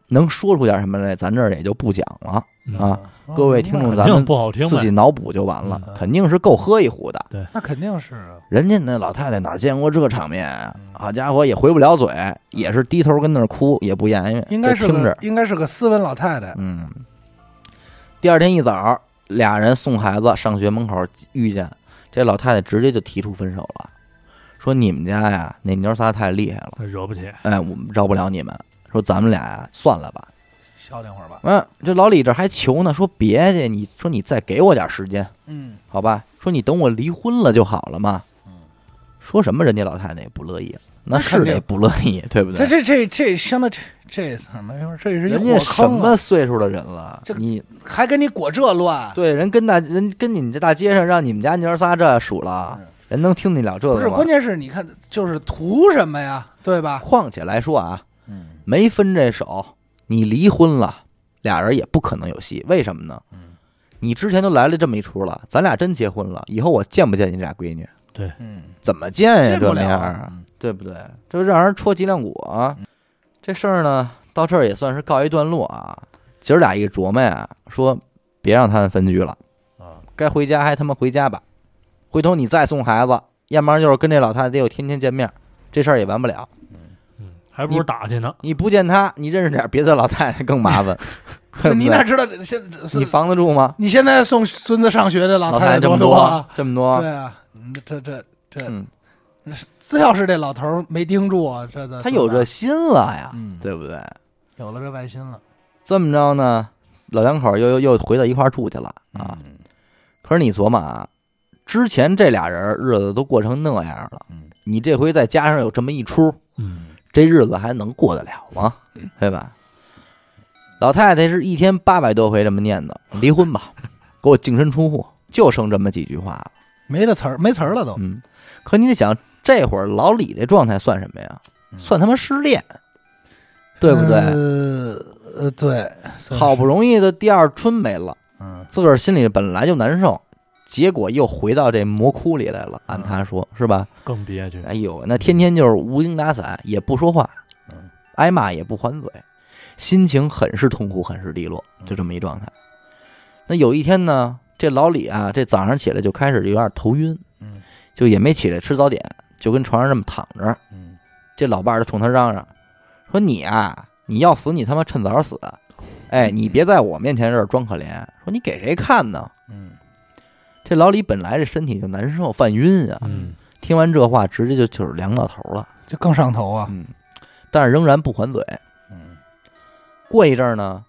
Speaker 1: 能说出点什么来，咱这儿也就不讲了。
Speaker 3: 嗯
Speaker 1: 啊
Speaker 2: 哦
Speaker 1: 各位
Speaker 2: 明
Speaker 1: 听众，
Speaker 2: 白
Speaker 1: 咱
Speaker 3: 肯
Speaker 1: 们
Speaker 3: 定不好听呗
Speaker 1: 自己脑补就完了，
Speaker 2: 嗯
Speaker 1: 肯定是够喝一壶的。
Speaker 2: 那肯定是啊
Speaker 1: 人家那老太太哪儿见过这场面啊？好家伙，也回不了嘴，也是低头跟那儿哭，也不言语，
Speaker 2: 应该
Speaker 1: 就是听
Speaker 2: 个
Speaker 1: 着。
Speaker 2: 应该是个斯文老太太。
Speaker 1: 嗯。第二天一早，俩人送孩子上学门口遇见，这老太太直接就提出分手了，说你们家呀那娘儿仨太厉害了。
Speaker 3: 那惹不起，
Speaker 1: 哎，我们饶不了你们。说咱们俩呀，算了吧。
Speaker 2: 消停会儿吧。
Speaker 1: 嗯，这老李这还求呢，说别介，你说你再给我点时间，
Speaker 2: 嗯，
Speaker 1: 好吧？说你等我离婚了就好了嘛。说什么人家老太太也不乐意，那
Speaker 2: 那肯
Speaker 1: 是
Speaker 2: 定
Speaker 1: 也不乐意，对不对？
Speaker 2: 这这这这相当这这怎么说？这是一
Speaker 1: 人家
Speaker 2: 火
Speaker 1: 什
Speaker 2: 坑
Speaker 1: 么
Speaker 2: 啊！
Speaker 1: 岁数的人了
Speaker 2: 这，个
Speaker 1: 你
Speaker 2: 还跟你裹这乱，
Speaker 1: 对人跟大人跟你们这大街上让你们家娘儿仨这数了
Speaker 2: 嗯，
Speaker 1: 人能听得了这
Speaker 2: 不
Speaker 1: 个
Speaker 2: 是
Speaker 1: 吗
Speaker 2: 关键是你看就是图什么呀？对吧？
Speaker 1: 况且来说啊，
Speaker 2: 嗯
Speaker 1: 没分这手，你离婚了，俩人也不可能有戏。为什么呢？
Speaker 2: 嗯
Speaker 1: 你之前都来了这么一出了，咱俩真结婚了，以后我见不见你俩闺女？
Speaker 2: 嗯，
Speaker 1: 怎么见呀？
Speaker 2: 见不
Speaker 1: 这
Speaker 2: 了
Speaker 1: 样
Speaker 2: 啊
Speaker 1: 儿，对不对？这不让人戳脊梁骨啊！这事儿呢，到这儿也算是告一段落啊。姐儿俩一琢磨呀，说别让他们分居了，
Speaker 2: 啊，
Speaker 1: 该回家还他妈回家吧。回头你再送孩子，要不然就是跟这老太太又天天见面，这事儿也完不了。
Speaker 3: 嗯，还不如
Speaker 1: 你
Speaker 3: 打去呢，
Speaker 1: 你不见他，你认识点别的老太太更麻 烦。对不
Speaker 2: 你
Speaker 1: 对
Speaker 2: 哪知道这现这是
Speaker 1: 你防得住吗？
Speaker 2: 你现在送孙子上学的老
Speaker 1: 太
Speaker 2: 太太
Speaker 1: 这
Speaker 2: 多
Speaker 1: 么
Speaker 2: 啊？
Speaker 1: 这么多，
Speaker 2: 对啊，嗯这这这，
Speaker 1: 嗯，
Speaker 2: 只要是这老头儿没盯住啊，这这
Speaker 1: 他有这
Speaker 2: 这
Speaker 1: 心了呀，
Speaker 2: 嗯
Speaker 1: 对不对？
Speaker 2: 有了这外心了
Speaker 1: 这么着呢，老两口又又又回到一块儿住去了啊。，
Speaker 2: 嗯
Speaker 1: 可是你琢磨啊，之前这俩人日子都过成那样了
Speaker 2: 嗯，
Speaker 1: 你这回再加上有这么一出，
Speaker 3: 嗯，
Speaker 1: 这日子还能过得了吗？
Speaker 2: 嗯
Speaker 1: 对吧？老太太是一天八百多回这么念叨：“离婚 吧，给我净身出户。”就剩这么几句话了。
Speaker 2: 没了词儿，没词儿了都，
Speaker 1: 嗯，可你得想，这会儿老李这状态算什么呀？
Speaker 2: 嗯
Speaker 1: 算他妈失恋，对不对？
Speaker 2: 呃呃，对，算
Speaker 1: 好
Speaker 2: 是
Speaker 1: 不容易的第二春没了，
Speaker 2: 嗯
Speaker 1: 自个儿心里本来就难受，结果又回到这魔窟里来了。按他说是吧？
Speaker 3: 更憋屈，
Speaker 1: 哎呦，那天天就是无精打采，也不说话
Speaker 2: 嗯，
Speaker 1: 挨骂也不还嘴，心情很是痛苦，很是低落，
Speaker 2: 嗯
Speaker 1: 就这么一状态。那有一天呢，这老李啊，这早上起来就开始有点头晕，
Speaker 2: 嗯
Speaker 1: 就也没起来吃早点，就跟床上这么躺着。
Speaker 2: 嗯，
Speaker 1: 这老伴儿就冲他嚷嚷说：“你啊，你要死你他妈趁早死，哎，你别在我面前这儿装可怜，说你给谁看呢？”
Speaker 2: 嗯，
Speaker 1: 这老李本来这身体就难受，犯晕啊，
Speaker 3: 嗯，
Speaker 1: 听完这话直接就就是凉到头了，
Speaker 2: 就更上头啊，
Speaker 1: 嗯，但是仍然不还嘴。
Speaker 2: 嗯
Speaker 1: 过一阵儿呢，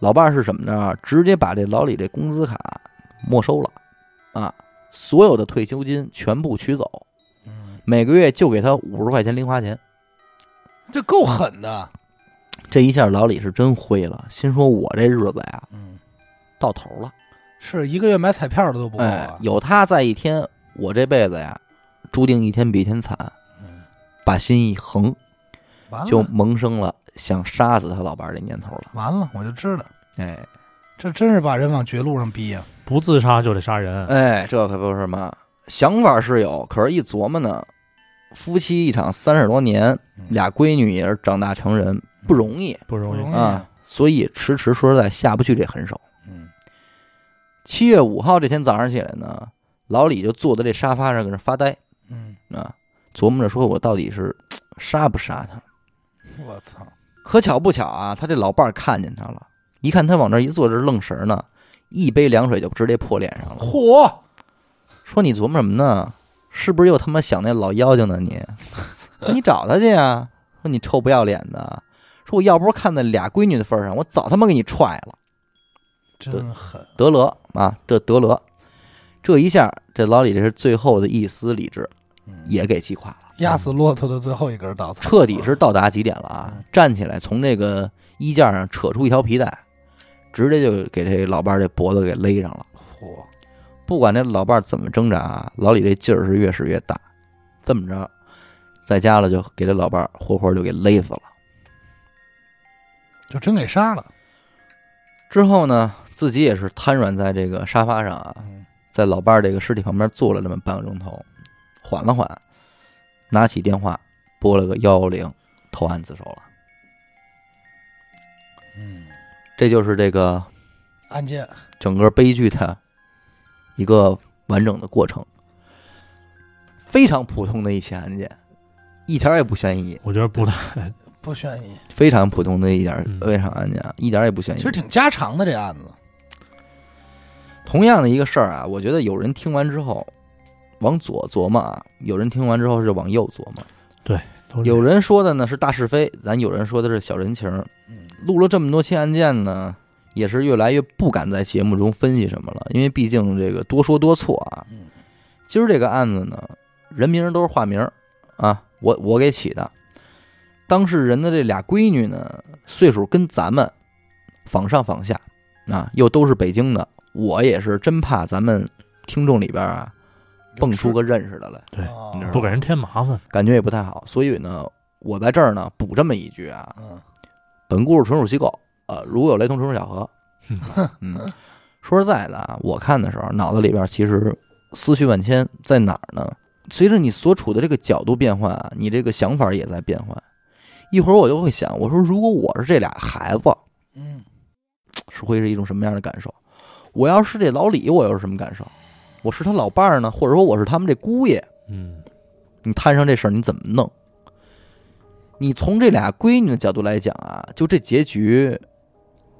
Speaker 1: 老伴儿是什么呢？直接把这老李这工资卡没收了，啊，所有的退休金全部取走，
Speaker 2: 嗯，
Speaker 1: 每个月就给他五十块钱零花钱。
Speaker 2: 这够狠的，
Speaker 1: 这一下老李是真灰了，心说我这日子呀
Speaker 2: 嗯，
Speaker 1: 到头了。
Speaker 2: 是一个月买彩票的都不够
Speaker 1: 哎
Speaker 2: 啊，，
Speaker 1: 有他在一天，我这辈子呀，注定一天比一天惨。
Speaker 2: 嗯啊
Speaker 1: 把心一横，
Speaker 2: 完了
Speaker 1: 就萌生了想杀死他老伴儿这念头了。
Speaker 2: 完了，我就知道，
Speaker 1: 哎
Speaker 2: 这真是把人往绝路上逼呀，
Speaker 3: 不自杀就得杀人，
Speaker 1: 哎，这可不是嘛，想法是有，可是一琢磨呢，夫妻一场三十多年，俩闺女也是长大成人，不容易
Speaker 3: 不容
Speaker 2: 不容
Speaker 3: 易，
Speaker 2: 易
Speaker 1: 啊，所以迟迟说实在下不去这狠手。
Speaker 2: 嗯
Speaker 1: 七月五号这天早上起来呢，老李就坐在这沙发上搁那发呆
Speaker 2: 嗯，
Speaker 1: 啊，琢磨着说我到底是杀不杀他。
Speaker 2: 我操，
Speaker 1: 可巧不巧啊，他这老伴儿看见他了，一看他往那儿一坐，这愣神儿呢，一杯凉水就直接泼脸上了，
Speaker 2: 嚯，
Speaker 1: 说你琢磨什么呢？是不是又他妈想那老妖精呢你？你找他去啊！说你臭不要脸的！说我要不是看在俩闺女的份儿上，我早他妈给你踹了。
Speaker 2: 真狠，
Speaker 1: 德勒啊，这德勒，这一下，这老李这是最后的一丝理智
Speaker 2: 嗯
Speaker 1: 也给击垮了，
Speaker 2: 压死骆驼的最后一根稻草，
Speaker 1: 彻底是到达极点了啊！站起来，从这个衣架上扯出一条皮带，直接就给这老伴儿这脖子给勒上了。
Speaker 2: 嚯，
Speaker 1: 不管这老伴儿怎么挣扎啊，老李这劲儿是越使越大。这么着，在家了就给这老伴儿活活就给勒死了。
Speaker 2: 就真给杀了。
Speaker 1: 之后呢，自己也是瘫软在这个沙发上啊，
Speaker 2: 嗯
Speaker 1: 在老伴儿这个尸体旁边坐了这么半个钟头，缓了缓，拿起电话拨了个幺幺零，投案自首了。
Speaker 2: 嗯，
Speaker 1: 这就是这个
Speaker 2: 案件
Speaker 1: 整个悲剧的一个完整的过程，非常普通的一起案件，一点儿也不悬疑，
Speaker 3: 我觉得不太
Speaker 2: 不悬疑，
Speaker 1: 非常普通的一点儿
Speaker 3: 嗯
Speaker 1: 非常案件啊，一点儿也不悬疑。
Speaker 2: 其实挺家常的这案子。
Speaker 1: 同样的一个事儿啊，我觉得有人听完之后往左琢磨啊，有人听完之后是往右琢磨。
Speaker 3: 都是
Speaker 1: 有人说的呢是大是非，咱有人说的是小人情儿。
Speaker 2: 嗯，
Speaker 1: 录了这么多期案件呢，也是越来越不敢在节目中分析什么了，因为毕竟这个多说多错啊
Speaker 2: 嗯。
Speaker 1: 今儿这个案子呢，人名都是化名儿啊，我我给起的。当事人的这俩闺女呢，岁数跟咱们仿上仿下啊，又都是北京的，我也是真怕咱们听众里边啊蹦出个认识的来。
Speaker 3: 对
Speaker 2: 哦
Speaker 1: 你知道
Speaker 3: 不给人添麻烦，
Speaker 1: 感觉也不太好。所以呢，我在这儿呢补这么一句啊，
Speaker 2: 嗯，
Speaker 1: 本故事纯属虚构，呃，如有雷同，纯属巧合
Speaker 3: 嗯。
Speaker 1: 嗯，说实在的啊，我看的时候脑子里边其实思绪万千，在哪儿呢？随着你所处的这个角度变换啊，你这个想法也在变换。一会儿我就会想，我说如果我是这俩孩子，
Speaker 2: 嗯，
Speaker 1: 是会是一种什么样的感受？我要是这老李，我又是什么感受？我是他老伴儿呢，或者说我是他们这姑爷，
Speaker 3: 嗯，
Speaker 1: 你摊上这事儿你怎么弄？你从这俩闺女的角度来讲啊，就这结局，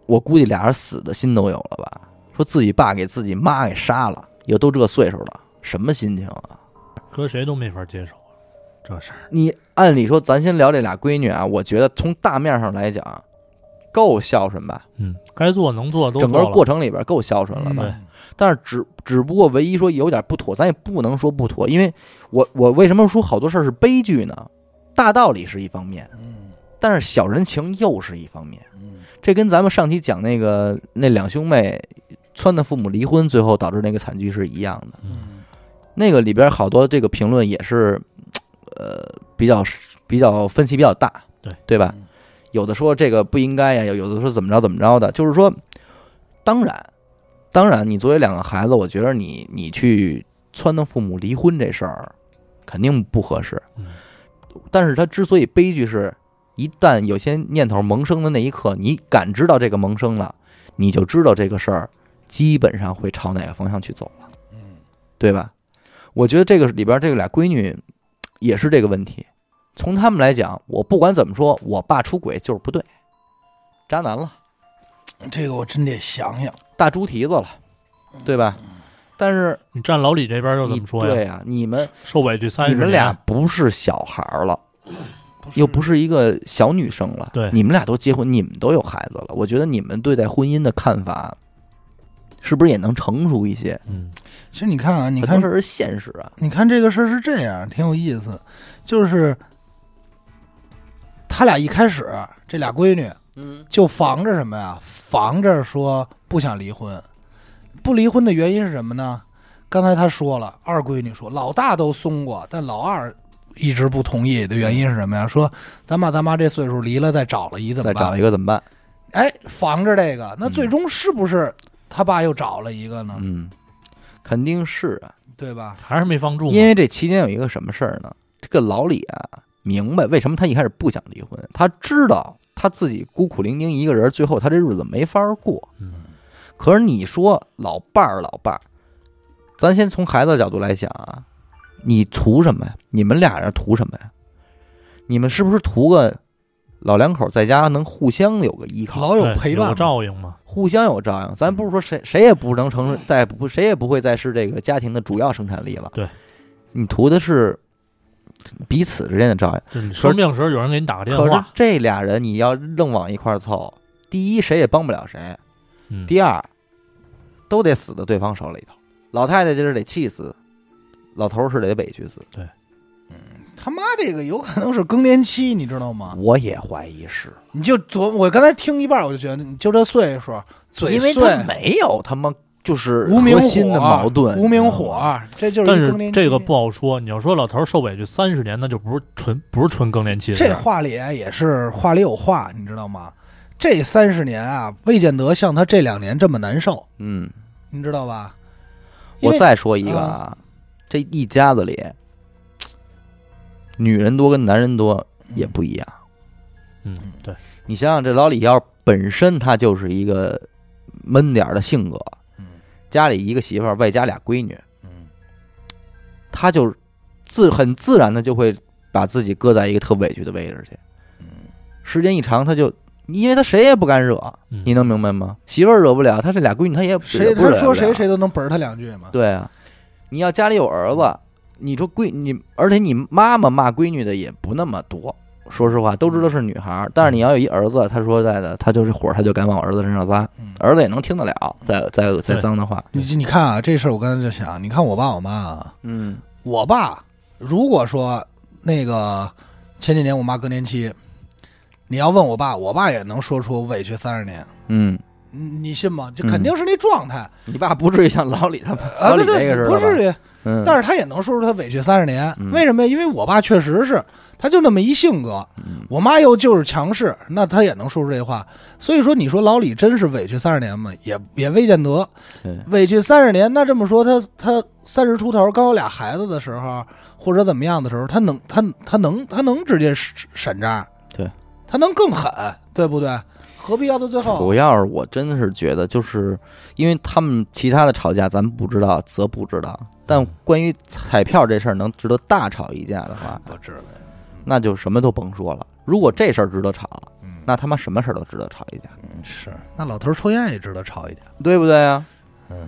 Speaker 1: 我估计俩人死的心都有了吧？说自己爸给自己妈给杀了，也都这岁数了，什么心情啊？
Speaker 3: 搁谁都没法接受这事儿，
Speaker 1: 你按理说，咱先聊这俩闺女啊，我觉得从大面上来讲，够孝顺吧？
Speaker 3: 嗯，该做能做都
Speaker 1: 整
Speaker 3: 做
Speaker 1: 个
Speaker 3: 了，嗯
Speaker 1: 过程里边够孝顺了吧？
Speaker 3: 对
Speaker 1: 但是只只不过唯一说有点不妥，咱也不能说不妥，因为我我为什么说好多事儿是悲剧呢？大道理是一方面，
Speaker 2: 嗯
Speaker 1: 但是小人情又是一方面，
Speaker 2: 嗯
Speaker 1: 这跟咱们上期讲那个那两兄妹撺掇父母离婚，最后导致那个惨剧是一样的。
Speaker 2: 嗯，
Speaker 1: 那个里边好多这个评论也是，呃，比较比较分歧比较大，
Speaker 3: 对
Speaker 1: 对吧？有的说这个不应该呀，有有的说怎么着怎么着的，就是说，当然，当然，你作为两个孩子，我觉得你你去撺掇父母离婚这事儿肯定不合适。
Speaker 3: 嗯
Speaker 1: 但是他之所以悲剧是，一旦有些念头萌生的那一刻，你感知到这个萌生了，你就知道这个事儿基本上会朝哪个方向去走了，
Speaker 2: 嗯，
Speaker 1: 对吧？我觉得这个里边这个俩闺女嘖也是这个问题。从他们来讲，我不管怎么说，我爸出轨就是不对，渣男了，
Speaker 2: 嗯这个我真得想想。
Speaker 1: 大猪蹄子了，对吧？但是
Speaker 3: 你站老李这边又怎
Speaker 1: 你
Speaker 3: 么说呀？
Speaker 1: 对呀、你们
Speaker 3: 受委屈三
Speaker 1: 你
Speaker 3: 十
Speaker 1: 们
Speaker 3: 年
Speaker 1: 俩不是小孩儿了，又不是一个小女生了。
Speaker 3: 对
Speaker 1: 你们俩都结婚，你们都有孩子了。我觉得你们对待婚姻的看法，是不是也能成熟一些？
Speaker 3: 嗯，
Speaker 2: 其实你看啊，你
Speaker 1: 很
Speaker 2: 看
Speaker 1: 多事儿是现实啊。
Speaker 2: 你看这个事儿是这样，挺有意思，就是他俩一开始这俩闺女
Speaker 1: 嗯
Speaker 2: 就防着什么呀？防着说不想离婚，不离婚的原因是什么呢？刚才他说了，二闺女说老大都松过，但老二一直不同意的原因是什么呀？说咱爸咱妈这岁数离了再找了一怎
Speaker 1: 再
Speaker 2: 么
Speaker 1: 找
Speaker 2: 办
Speaker 1: 一？个怎么办？
Speaker 2: 哎，防着这个，那
Speaker 1: 嗯
Speaker 2: 最终是不是他爸又找了一个呢？
Speaker 1: 嗯，肯定是啊，
Speaker 2: 对吧？
Speaker 3: 还是没放住嘛，
Speaker 1: 因为这期间有一个什么事儿呢？这个老李啊，明白为什么他一开始不想离婚，他知道他自己孤苦伶仃一个人，最后他这日子没法儿过。
Speaker 3: 嗯
Speaker 1: 可是你说老伴儿，老伴儿，咱先从孩子的角度来想啊，你图什么呀？你们俩人图什么呀？你们是不是图个老两口在家能互相有个依靠，
Speaker 2: 老有
Speaker 3: 对
Speaker 2: 陪
Speaker 3: 有
Speaker 2: 伴
Speaker 3: 个
Speaker 2: 嘛，
Speaker 3: 照应嘛，
Speaker 1: 互相有照应？咱不是说谁谁也不能承认，再不谁也不会再是这个家庭的主要生产力了。
Speaker 3: 对，
Speaker 1: 你图的是彼此之间的照应。
Speaker 3: 就是你生病时候有人给你打个电
Speaker 1: 可是
Speaker 3: 话，
Speaker 1: 这俩人你要愣往一块儿凑，第一谁也帮不了谁，
Speaker 3: 嗯，
Speaker 1: 第二，都得死在对方手里头。老太太这是得气死，老头儿是得委屈死。
Speaker 2: 他妈这个有可能是更年期，你知道吗？
Speaker 1: 啊我也怀疑是，
Speaker 2: 你就昨我刚才听一半，我就觉得你就这岁数，嘴
Speaker 1: 因为
Speaker 2: 碎
Speaker 1: 他，没有他妈就是
Speaker 2: 无名
Speaker 1: 核
Speaker 2: 火，
Speaker 1: 心的矛盾，嗯
Speaker 2: 无名火，这就是
Speaker 3: 但
Speaker 2: 一
Speaker 3: 是
Speaker 2: 更年期。
Speaker 3: 这个不好说。你要说老头儿受委屈三十年，那就不是纯不是纯更年期的事
Speaker 1: 啊
Speaker 2: 这
Speaker 3: 儿。
Speaker 2: 话里也是话里有话，你知道吗？这三十年啊，未见得像他这两年这么难受，
Speaker 1: 嗯，
Speaker 2: 你知道吧？因
Speaker 1: 我
Speaker 2: 为
Speaker 1: 再说一个啊，这一家子里，女人多跟男人多也不一样。
Speaker 3: 嗯，对，
Speaker 1: 你想想，这老李要本身他就是一个闷点儿的性格，
Speaker 2: 嗯
Speaker 1: 家里一个媳妇儿，外加俩闺女，
Speaker 2: 嗯
Speaker 1: 他就自很自然的就会把自己搁在一个特委屈的位置去。
Speaker 2: 嗯，
Speaker 1: 时间一长，他就因为他谁也不敢惹，
Speaker 3: 嗯
Speaker 1: 你能明白吗？媳妇儿惹不了，他这俩闺女他也
Speaker 2: 谁
Speaker 1: 也不
Speaker 2: 他
Speaker 1: 惹
Speaker 2: 说
Speaker 1: 不
Speaker 2: 谁
Speaker 1: 了
Speaker 2: 谁都能本儿他两句嘛。
Speaker 1: 对啊，你要家里有儿子，你说闺你，而且你妈妈骂闺女的也不那么多。说实话，都知道是女孩儿，但是你要有一儿子，他说实在的，他就是火，他就敢往儿子身上撒，
Speaker 2: 嗯
Speaker 1: 儿子也能听得了，再再再
Speaker 3: 对
Speaker 1: 脏的话，
Speaker 2: 你你看啊，这事儿我刚才就想，你看我爸我妈啊，
Speaker 1: 嗯
Speaker 2: 我爸如果说那个前几年我妈更年期，你要问我爸，我爸也能说出委屈三十年，
Speaker 1: 嗯，
Speaker 2: 你你信吗？这肯定是那状态、
Speaker 1: 你爸不至于像老李他们老
Speaker 2: 啊，
Speaker 1: 李
Speaker 2: 对
Speaker 1: 嗯这个
Speaker 2: 对，
Speaker 1: 似的
Speaker 2: 不
Speaker 1: 吧，
Speaker 2: 至于。
Speaker 1: 嗯，
Speaker 2: 但是他也能说出他委屈三十年，
Speaker 1: 嗯
Speaker 2: 为什么呀？因为我爸确实是，他就那么一性格，
Speaker 1: 嗯
Speaker 2: 我妈又就是强势，那他也能说出这话。所以说，你说老李真是委屈三十年吗？也也未见得
Speaker 1: 对，
Speaker 2: 委屈三十年。那这么说，他他三十出头，刚有俩孩子的时候，或者怎么样的时候，他能他他能他能直接审审账，
Speaker 1: 对，
Speaker 2: 他能更狠，对不对？何必要到最后
Speaker 1: 主？要是我真的是觉得，就是因为他们其他的吵架咱们不知道，则不知道，但
Speaker 2: 嗯
Speaker 1: 关于彩票这事儿能值得大吵一架的话，
Speaker 2: 不知道，
Speaker 1: 那就什么都甭说了。如果这事儿值得吵，
Speaker 2: 嗯
Speaker 1: 那他妈什么事儿都值得吵一架，
Speaker 2: 是那老头儿抽烟也值得吵一点，
Speaker 1: 对不对啊？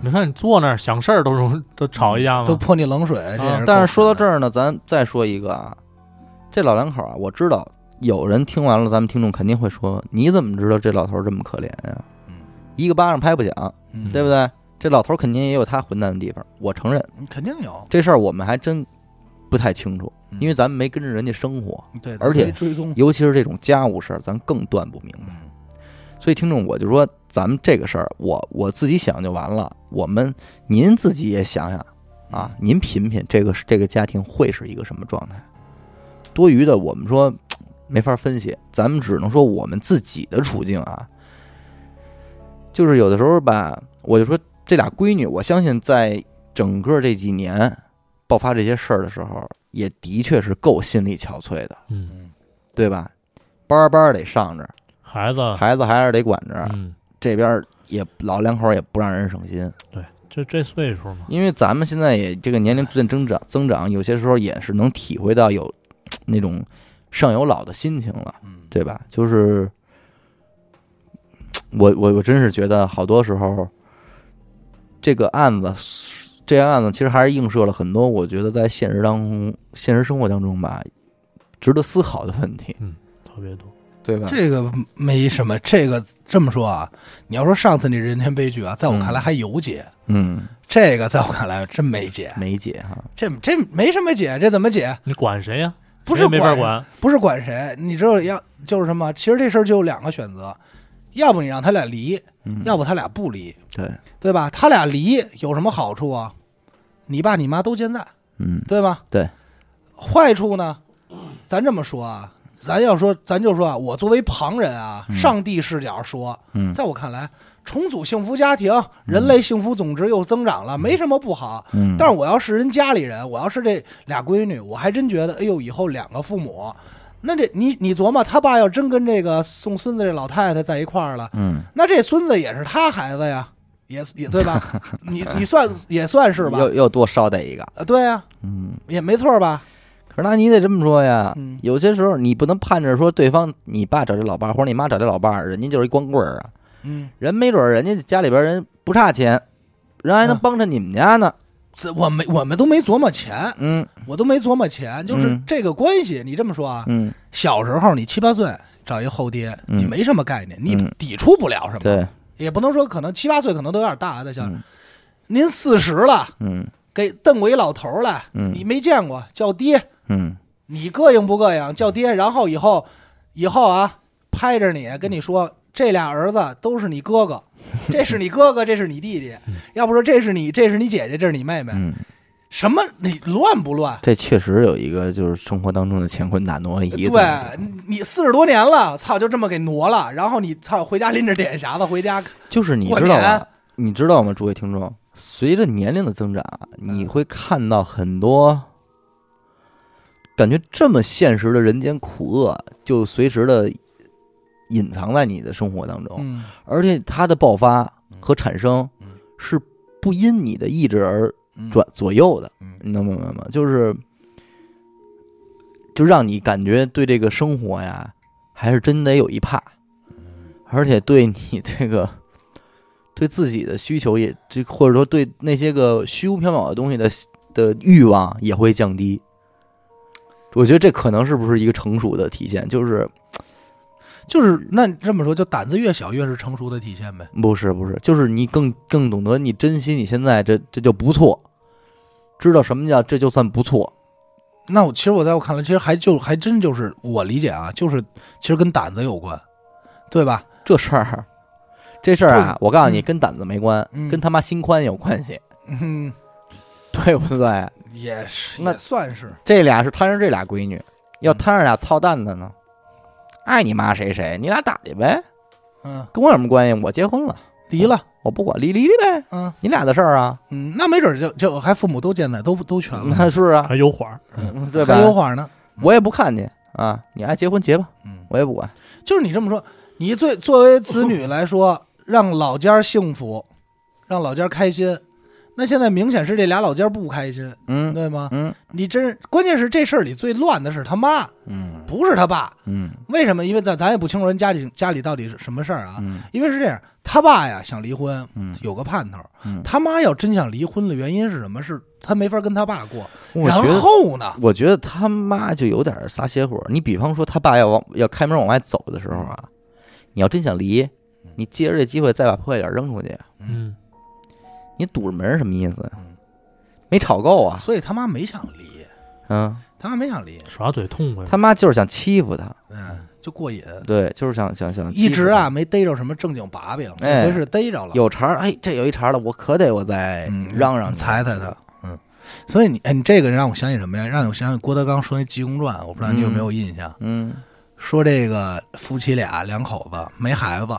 Speaker 3: 你看你坐那儿想事儿都容都吵一啊架
Speaker 2: 都
Speaker 3: 吗？
Speaker 2: 泼你冷水，这也
Speaker 3: 啊
Speaker 2: 是
Speaker 1: 啊但
Speaker 2: 够
Speaker 1: 是说到
Speaker 2: 狠的
Speaker 1: 这儿呢，咱再说一个啊，这老两口啊，我知道有人听完了，咱们听众肯定会说，你怎么知道这老头儿这么可怜呀、
Speaker 2: 嗯
Speaker 1: 一个巴掌拍不响，
Speaker 2: 嗯
Speaker 1: 对不对？这老头儿肯定也有他混蛋的地方，我承认
Speaker 2: 肯定有，
Speaker 1: 这事儿我们还真不太清楚，
Speaker 2: 嗯
Speaker 1: 因为咱们没跟着人家生活，
Speaker 2: 对，
Speaker 1: 而且
Speaker 2: 咱没追踪，嗯
Speaker 1: 尤其是这种家务事儿，咱更断不明白。所以听众，我就说咱们这个事儿，我我自己想就完了。我们您自己也想想啊，您品品这个这个家庭会是一个什么状态？多余的我们说没法分析，咱们只能说我们自己的处境啊。就是有的时候吧，我就说这俩闺女，我相信在整个这几年爆发这些事儿的时候，也的确是够心力憔悴的，
Speaker 3: 嗯，
Speaker 1: 对吧？班儿班儿得上着，
Speaker 3: 孩子，
Speaker 1: 孩子啊还是得管着，
Speaker 3: 嗯，
Speaker 1: 这边儿也老两口儿也不让人省心，
Speaker 3: 这这岁数嘛，
Speaker 1: 因为咱们现在也这个年龄逐渐增长增长，有些时候也是能体会到有那种上有老的心情了，
Speaker 2: 嗯，
Speaker 1: 对吧？就是我我我真是觉得好多时候这个案子这个案子其实还是映射了很多我觉得在现实当中现实生活当中吧值得思考的问题，
Speaker 3: 特别多。
Speaker 1: 对吧？
Speaker 2: 这个没什么，这个这么说啊，你要说上次那人间悲剧啊，在我看来还有解，
Speaker 1: 嗯，
Speaker 2: 这个在我看来真没解，
Speaker 1: 梅姐哈，
Speaker 2: 这这没什么解，这怎么解？
Speaker 3: 你管谁呀？
Speaker 2: 不
Speaker 3: 谁
Speaker 2: 是
Speaker 3: 也没法
Speaker 2: 管，
Speaker 3: 管，
Speaker 2: 不是管谁，你知道要就是什么？其实这事儿就有两个选择，要不你让他俩离，
Speaker 1: 嗯，
Speaker 2: 要不他俩不离，
Speaker 1: 对，
Speaker 2: 对吧？他俩离有什么好处啊？你爸你妈都健在，
Speaker 1: 嗯
Speaker 2: 对吧？
Speaker 1: 对。
Speaker 2: 坏处呢，咱这么说啊，咱要说，咱就说啊，我作为旁人啊，
Speaker 1: 嗯
Speaker 2: 上帝视角说，
Speaker 1: 嗯
Speaker 2: 在我看来，重组幸福家庭，人类幸福总值又增长了，没什么不好。
Speaker 1: 嗯，
Speaker 2: 但是我要是人家里人，我要是这俩闺女，我还真觉得，哎呦，以后两个父母，那这你你琢磨，他爸要真跟这个送孙子这老太太在一块儿了，
Speaker 1: 嗯。
Speaker 2: 那这孙子也是他孩子呀，也也对吧？ 你你算也算是吧？
Speaker 1: 又又多捎带一个。
Speaker 2: 呃，对呀、
Speaker 1: 嗯，
Speaker 2: 也没错吧？
Speaker 1: 可是那你得这么说呀，
Speaker 2: 嗯
Speaker 1: 有些时候你不能盼着说对方你爸找这老伴儿或者你妈找这老伴儿，人家就是一光棍儿啊，
Speaker 2: 嗯。
Speaker 1: 人没准儿人家家里边人不差钱，人还能
Speaker 2: 嗯
Speaker 1: 帮着你们家呢。
Speaker 2: 这我没我们都没琢磨钱，
Speaker 1: 嗯
Speaker 2: 我都没琢磨钱，就是
Speaker 1: 嗯
Speaker 2: 这个关系。你这么说啊，
Speaker 1: 嗯，
Speaker 2: 小时候你七八岁找一后爹，
Speaker 1: 嗯
Speaker 2: 你没什么概念，你
Speaker 1: 嗯
Speaker 2: 抵触不了什么，
Speaker 1: 对，
Speaker 2: 也不能说可能七八岁可能都有点大了，在想、
Speaker 1: 嗯
Speaker 2: 您四十了，
Speaker 1: 嗯
Speaker 2: 给瞪过一老头儿来，
Speaker 1: 嗯
Speaker 2: 你没见过，叫爹，
Speaker 1: 嗯
Speaker 2: 你膈应不膈应？叫爹，然后以后以后啊，拍着你跟你说，这俩儿子都是你哥 哥，这是你哥哥，这是你弟弟，要不说这是你，这是你姐姐，这是你妹妹，
Speaker 1: 嗯，
Speaker 2: 什么你乱不乱？
Speaker 1: 这确实有一个就是生活当中的乾坤大挪移。
Speaker 2: 对你你四十多年了，操，就这么给挪了，然后你操回家拎着脸匣子回家，
Speaker 1: 就是你
Speaker 2: 过
Speaker 1: 知道
Speaker 2: 年
Speaker 1: 吧？你知道吗，诸位听众？随着年龄的增长，你会看到很多感觉这么现实的人间苦厄，就随时的隐藏在你的生活当中。
Speaker 2: 嗯
Speaker 1: 而且它的爆发和产生
Speaker 2: 嗯嗯
Speaker 1: 是不因你的意志而
Speaker 2: 嗯
Speaker 1: 转左右的
Speaker 2: 嗯，
Speaker 1: 你能明白吗？就是就让你感觉对这个生活呀，还是真得有一怕，
Speaker 2: 嗯
Speaker 1: 而且对你这个对自己的需求也，这或者说对那些个虚无缥缈的东西的的欲望也会降低。我觉得这可能是不是一个成熟的体现，就是
Speaker 2: 就是那你这么说，就胆子越小越是成熟的体现呗。
Speaker 1: 不是不是，就是你更更懂得你珍惜你现在这这就不错，知道什么叫这就算不错。
Speaker 2: 那我其实我在我看来，其实还就还真就是我理解啊，就是其实跟胆子有关，对吧？
Speaker 1: 这事儿，这事儿啊，我告诉你，
Speaker 2: 嗯
Speaker 1: 跟胆子没关，
Speaker 2: 嗯
Speaker 1: 跟他妈心宽有关系，
Speaker 2: 嗯，
Speaker 1: 对不对？
Speaker 2: 也是，
Speaker 1: 那
Speaker 2: 也算是
Speaker 1: 这俩是摊上这俩闺女，要
Speaker 2: 嗯
Speaker 1: 摊上俩操蛋的呢，爱你妈谁谁，你俩打去呗，
Speaker 2: 嗯
Speaker 1: 跟我有什么关系？我结婚了，
Speaker 2: 离了，
Speaker 1: 我不管，离离离呗，
Speaker 2: 嗯
Speaker 1: 你俩的事儿啊，
Speaker 2: 嗯，那没准就就还父母都健在，都都全了，
Speaker 1: 那 是啊，
Speaker 3: 还有缓儿，
Speaker 1: 嗯对吧
Speaker 2: 还？有话呢。
Speaker 1: 我也不看你啊，你爱结婚结吧，
Speaker 2: 嗯，
Speaker 1: 我也不管。
Speaker 2: 就是你这么说，你最作为子女来说，让老家儿幸福，让老家儿开心。那现在明显是这俩老家儿不开心，
Speaker 1: 嗯
Speaker 2: 对吗？
Speaker 1: 嗯
Speaker 2: 你真是，关键是这事儿里最乱的是他妈，
Speaker 1: 嗯
Speaker 2: 不是他爸。
Speaker 1: 嗯
Speaker 2: 为什么？因为咱咱也不清楚人家里家里到底是什么事儿啊。
Speaker 1: 嗯
Speaker 2: 因为是这样，他爸呀想离婚，
Speaker 1: 嗯
Speaker 2: 有个盼头。
Speaker 1: 嗯，
Speaker 2: 他妈要真想离婚的原因是什么？是他没法跟他爸过。
Speaker 1: 我
Speaker 2: 然
Speaker 1: 觉得。
Speaker 2: 后呢？
Speaker 1: 我觉得他妈就有点撒邪火。你比方说，他爸要往要开门往外走的时候啊，
Speaker 2: 嗯
Speaker 1: 你要真想离，你借着这机会再把破坏点扔出去，
Speaker 3: 嗯，
Speaker 1: 你堵着门什么意思
Speaker 2: 嗯？
Speaker 1: 没吵够啊？
Speaker 2: 所以他妈没想离，
Speaker 1: 嗯，
Speaker 2: 他妈没想离，
Speaker 3: 耍嘴痛快，
Speaker 1: 他妈就是想欺负他，
Speaker 2: 嗯，就过瘾。
Speaker 1: 对，就是想想想
Speaker 2: 一
Speaker 1: 欺负
Speaker 2: 直
Speaker 1: 他
Speaker 2: 啊没逮着什么正经把柄，
Speaker 1: 嗯哎
Speaker 2: 这回是逮着了，
Speaker 1: 有茬儿，哎，这有一茬儿了，我可得我再
Speaker 2: 嗯
Speaker 1: 嚷嚷去
Speaker 2: 踩踩他，嗯。所以你哎，你这个让我想起什么呀？让我想起郭德纲说那《济公传》，我不知道你有没有印象。
Speaker 1: 嗯
Speaker 2: 说这个夫妻俩两口子没孩子，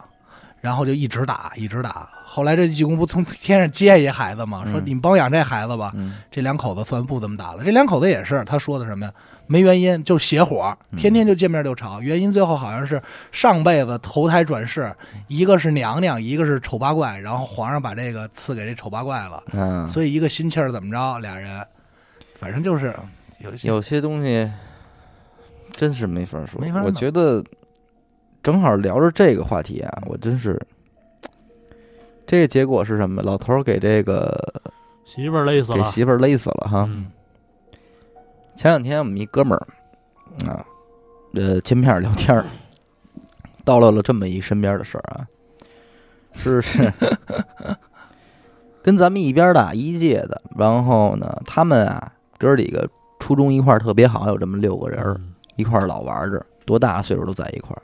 Speaker 2: 然后就一直打，一直打。后来这济公不从天上接一孩子吗？说
Speaker 1: 嗯
Speaker 2: 你帮我养这孩子吧。
Speaker 1: 嗯
Speaker 2: 这两口子算不怎么打了。这两口子也是，他说的什么呀？没原因，就是邪火，天天就见面就吵。原因最后好像是上辈子投胎转世，一个是娘娘，一个是丑八怪，然后皇上把这个赐给这丑八怪了，
Speaker 1: 嗯，
Speaker 2: 所以一个心气儿怎么着，俩人，反正就是有一些
Speaker 1: 有些东西真是没法说。
Speaker 2: 没法弄
Speaker 1: 我觉得正好聊着这个话题啊，我真是这个结果是什么？老头儿给这个
Speaker 3: 媳妇儿累死
Speaker 1: 给
Speaker 3: 了，
Speaker 1: 媳妇儿勒死了哈。
Speaker 3: 嗯
Speaker 1: 前两天我们一哥们儿啊，呃，见面儿聊天儿，叨唠了这么一身边的事儿啊，是是， 跟咱们一边儿的一届的，然后呢，他们啊哥几个初中一块儿特别好，有这么六个人儿，
Speaker 3: 嗯
Speaker 1: 一块儿老玩着，多大岁数都在一块儿。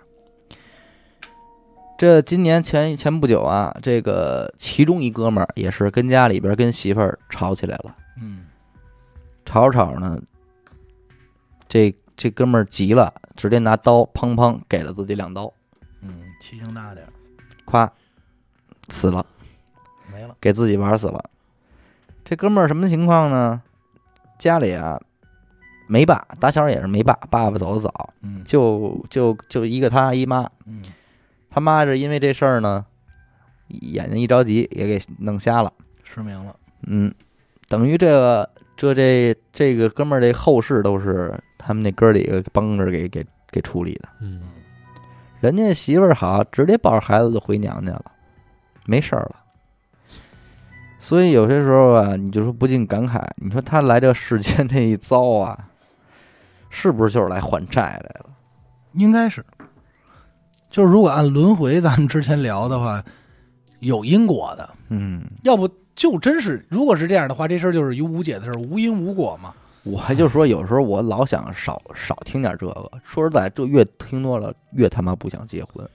Speaker 1: 这今年前前不久啊，这个其中一哥们儿也是跟家里边儿跟媳妇儿吵起来了。
Speaker 2: 嗯
Speaker 1: 吵着吵着呢，这这哥们儿急了，直接拿刀砰砰给了自己两刀，
Speaker 2: 嗯，气性大点儿
Speaker 1: 咵，死了，
Speaker 2: 没了，
Speaker 1: 给自己玩死了。这哥们儿什么情况呢？家里啊没爸，打小也是没爸，爸爸走的早，
Speaker 2: 嗯
Speaker 1: 就就就一个他姨妈，
Speaker 2: 嗯
Speaker 1: 他妈是因为这事儿呢，眼睛一着急也给弄瞎了。
Speaker 2: 失明了，
Speaker 1: 嗯，等于这个这这这个哥们儿这后事都是他们那哥儿几个帮着给给给处理的。
Speaker 3: 嗯，
Speaker 1: 人家媳妇儿好，直接抱着孩子就回娘家了，没事儿了。所以有些时候啊，你就说不禁感慨，你说他来这世间这一遭啊， 是不是就是来还债来了？
Speaker 2: 应该是。就是如果按轮回咱们之前聊的话，有因果的，
Speaker 1: 嗯，
Speaker 2: 要不就真是，如果是这样的话，这事儿就是一无解的事儿，无因无果嘛。
Speaker 1: 我还就说有时候我老想少少听点这个，说实在，这越听多了越他妈不想结婚，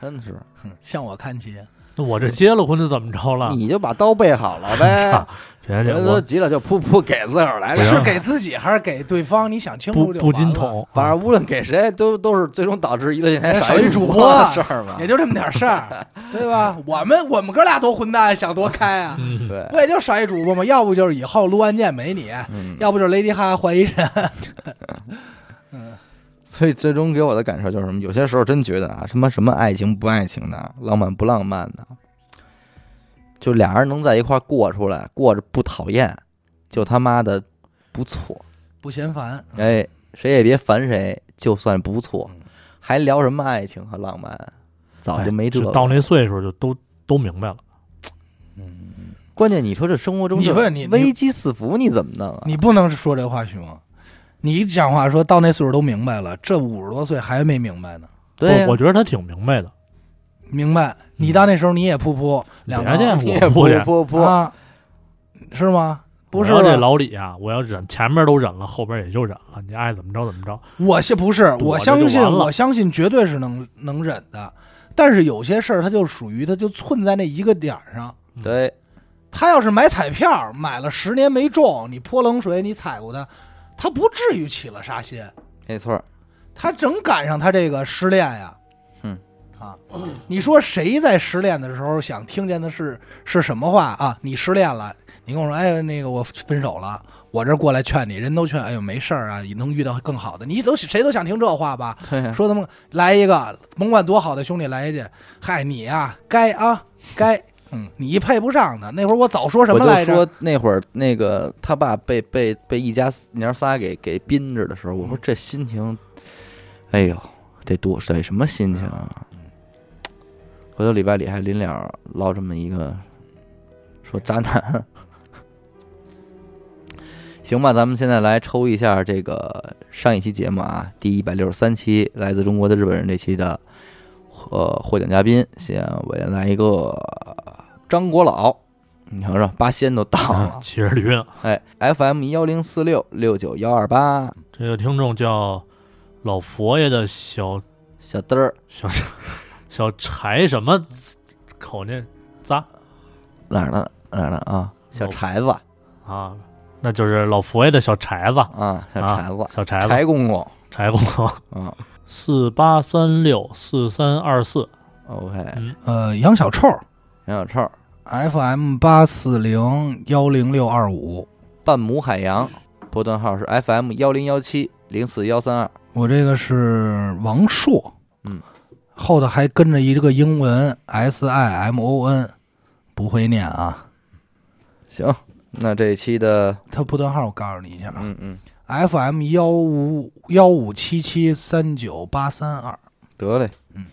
Speaker 1: 真的是，
Speaker 2: 哼，向我看齐，
Speaker 3: 那我这结了婚是怎么着了？
Speaker 1: 你就把刀备好了呗
Speaker 3: 操，人家
Speaker 1: 人都
Speaker 3: 我
Speaker 1: 急了就噗噗给自个儿来
Speaker 3: 不
Speaker 1: 两
Speaker 2: 哎是
Speaker 3: 行
Speaker 1: 个，
Speaker 2: 给自己还是给对方？你想清
Speaker 3: 不
Speaker 2: 楚就完
Speaker 3: 不嗯
Speaker 2: 了
Speaker 3: 金，桶，
Speaker 1: 反正无论给谁都都是最终导致娱乐电台
Speaker 2: 哎少一
Speaker 1: 一
Speaker 2: 主
Speaker 1: 播
Speaker 2: 播啊
Speaker 1: 的事儿嘛
Speaker 2: 也，就这么点事 儿，对吧？我们我们哥俩多混蛋，想多开啊！
Speaker 3: 嗯，
Speaker 1: 对，
Speaker 2: 不也就少一主播吗？要不就是以后录案件没你，
Speaker 1: 嗯，
Speaker 2: 要不就是 Lady 哈怀疑人。
Speaker 1: 所以最终给我的感受就是什么？有些时候真觉得啊，什么什么爱情不爱情的，浪漫不浪漫的，就俩人能在一块儿过出来，过着不讨厌，就他妈的不错。
Speaker 2: 不嫌烦，
Speaker 1: 哎，谁也别烦谁，就算不错，
Speaker 2: 嗯
Speaker 1: 还聊什么爱情和浪漫？早就没
Speaker 3: 哎
Speaker 1: 这
Speaker 3: 就
Speaker 1: 个。
Speaker 3: 到那岁数就都都明白了。
Speaker 1: 关键你说这生活中
Speaker 2: 你
Speaker 1: 这
Speaker 2: 问你你
Speaker 1: 危机四伏，你怎么弄啊？
Speaker 2: 你不能说这话，熊。你讲话说到那岁数都明白了，这五十多岁还没明白呢。
Speaker 1: 对啊呀、
Speaker 3: 我我觉得他挺明白的，
Speaker 2: 明白？你到那时候你也噗噗两
Speaker 3: 嗯别
Speaker 2: 刀
Speaker 3: 介
Speaker 1: 你也
Speaker 3: 我不去
Speaker 1: 不不
Speaker 2: 啊，是吗？不是
Speaker 3: 我要这
Speaker 2: 吧
Speaker 3: 老李啊，我要忍，前面都忍了，后边也就忍了，你爱怎么着怎么着。
Speaker 2: 我相不是，
Speaker 3: 躲
Speaker 2: 我
Speaker 3: 着
Speaker 2: 相
Speaker 3: 就
Speaker 2: 信，
Speaker 3: 完了
Speaker 2: 我相信绝对是能能忍的。但是有些事儿，它就属于它就寸在那一个点儿上。
Speaker 1: 对，
Speaker 2: 他要是买彩票，买了十年没中，你泼冷水，你踩过他，他不至于起了杀心。
Speaker 1: 没错 儿，
Speaker 2: 他正赶上他这个失恋呀。
Speaker 1: 嗯，
Speaker 2: 啊，你说谁在失恋的时候想听见的是是什么话啊？你失恋了，你跟我说，哎，那个我分手了，我这过来劝你，人都劝，哎呦没事儿啊，能遇到更好的。你都谁都想听这话吧？
Speaker 1: 对呀、
Speaker 2: 说他们来一个，甭管多好的兄弟来一句，嗨你呀、该啊该，嗯，你配不上他。那会儿我早说什
Speaker 1: 我
Speaker 2: 么
Speaker 1: 就
Speaker 2: 来着？
Speaker 1: 说那会儿那个他爸被被被一家娘仨给给宾着的时候，我说
Speaker 2: 嗯
Speaker 1: 这心情，哎呦，得多得什么心情啊！
Speaker 2: 嗯
Speaker 1: 回头礼拜里还临了唠这么一个，说渣男， 行吧，咱们现在来抽一下这个上一期节目啊，第一百六十三期来自中国的日本人这期的呃获奖嘉宾，先我先来一个张国老，你瞧瞧，八仙都到了。
Speaker 3: 骑着驴呢，
Speaker 1: 哎，FM 幺零四六六九幺二八，
Speaker 3: 这个听众叫老佛爷的小
Speaker 1: 小嘚儿
Speaker 3: 小小柴什么口那扎
Speaker 1: 哪儿呢？哪儿呢啊？
Speaker 3: 哦
Speaker 1: 小柴子
Speaker 3: 啊，那就是老佛爷的小柴子，
Speaker 1: 啊，小
Speaker 3: 啊
Speaker 1: 柴子，
Speaker 3: 小柴子，
Speaker 1: 柴公公
Speaker 3: 柴公 公，
Speaker 1: 啊。
Speaker 3: 四八三六四三二四，
Speaker 1: OK，
Speaker 3: 嗯
Speaker 2: 呃，杨小臭
Speaker 1: 杨小臭，
Speaker 2: ，FM 八四零幺零六二五，
Speaker 1: 半亩海洋，波段号是 FM 幺零幺七零四幺三二。
Speaker 2: 我这个是王硕，
Speaker 1: 嗯，
Speaker 2: 后头还跟着一个英文 S I M O N，不会念啊。
Speaker 1: 行，那这一期的，
Speaker 2: 他不断号，我告诉你一下啊
Speaker 1: 嗯嗯，
Speaker 2: ，FM 幺五幺五七七三九八三二，
Speaker 1: 得嘞，
Speaker 2: 嗯，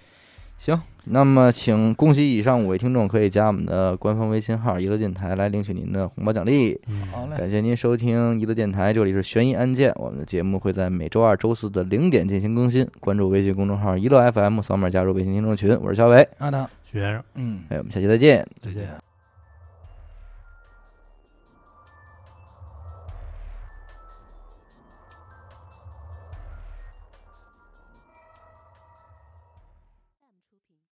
Speaker 1: 行。那么，请恭喜以上五位听众可以加我们的官方微信号“娱乐电台”来领取您的红包奖励。
Speaker 3: 嗯，
Speaker 2: 好嘞，
Speaker 1: 感谢您收听娱乐电台，这里是悬疑案件。我们的节目会在每周二、周四的零点进行更新。关注微信公众号“娱乐 FM”，扫码加入微信听众群。我是小伟，
Speaker 2: 阿达，
Speaker 3: 学生
Speaker 2: 嗯，
Speaker 1: 哎，我们下期再见。
Speaker 3: 再见。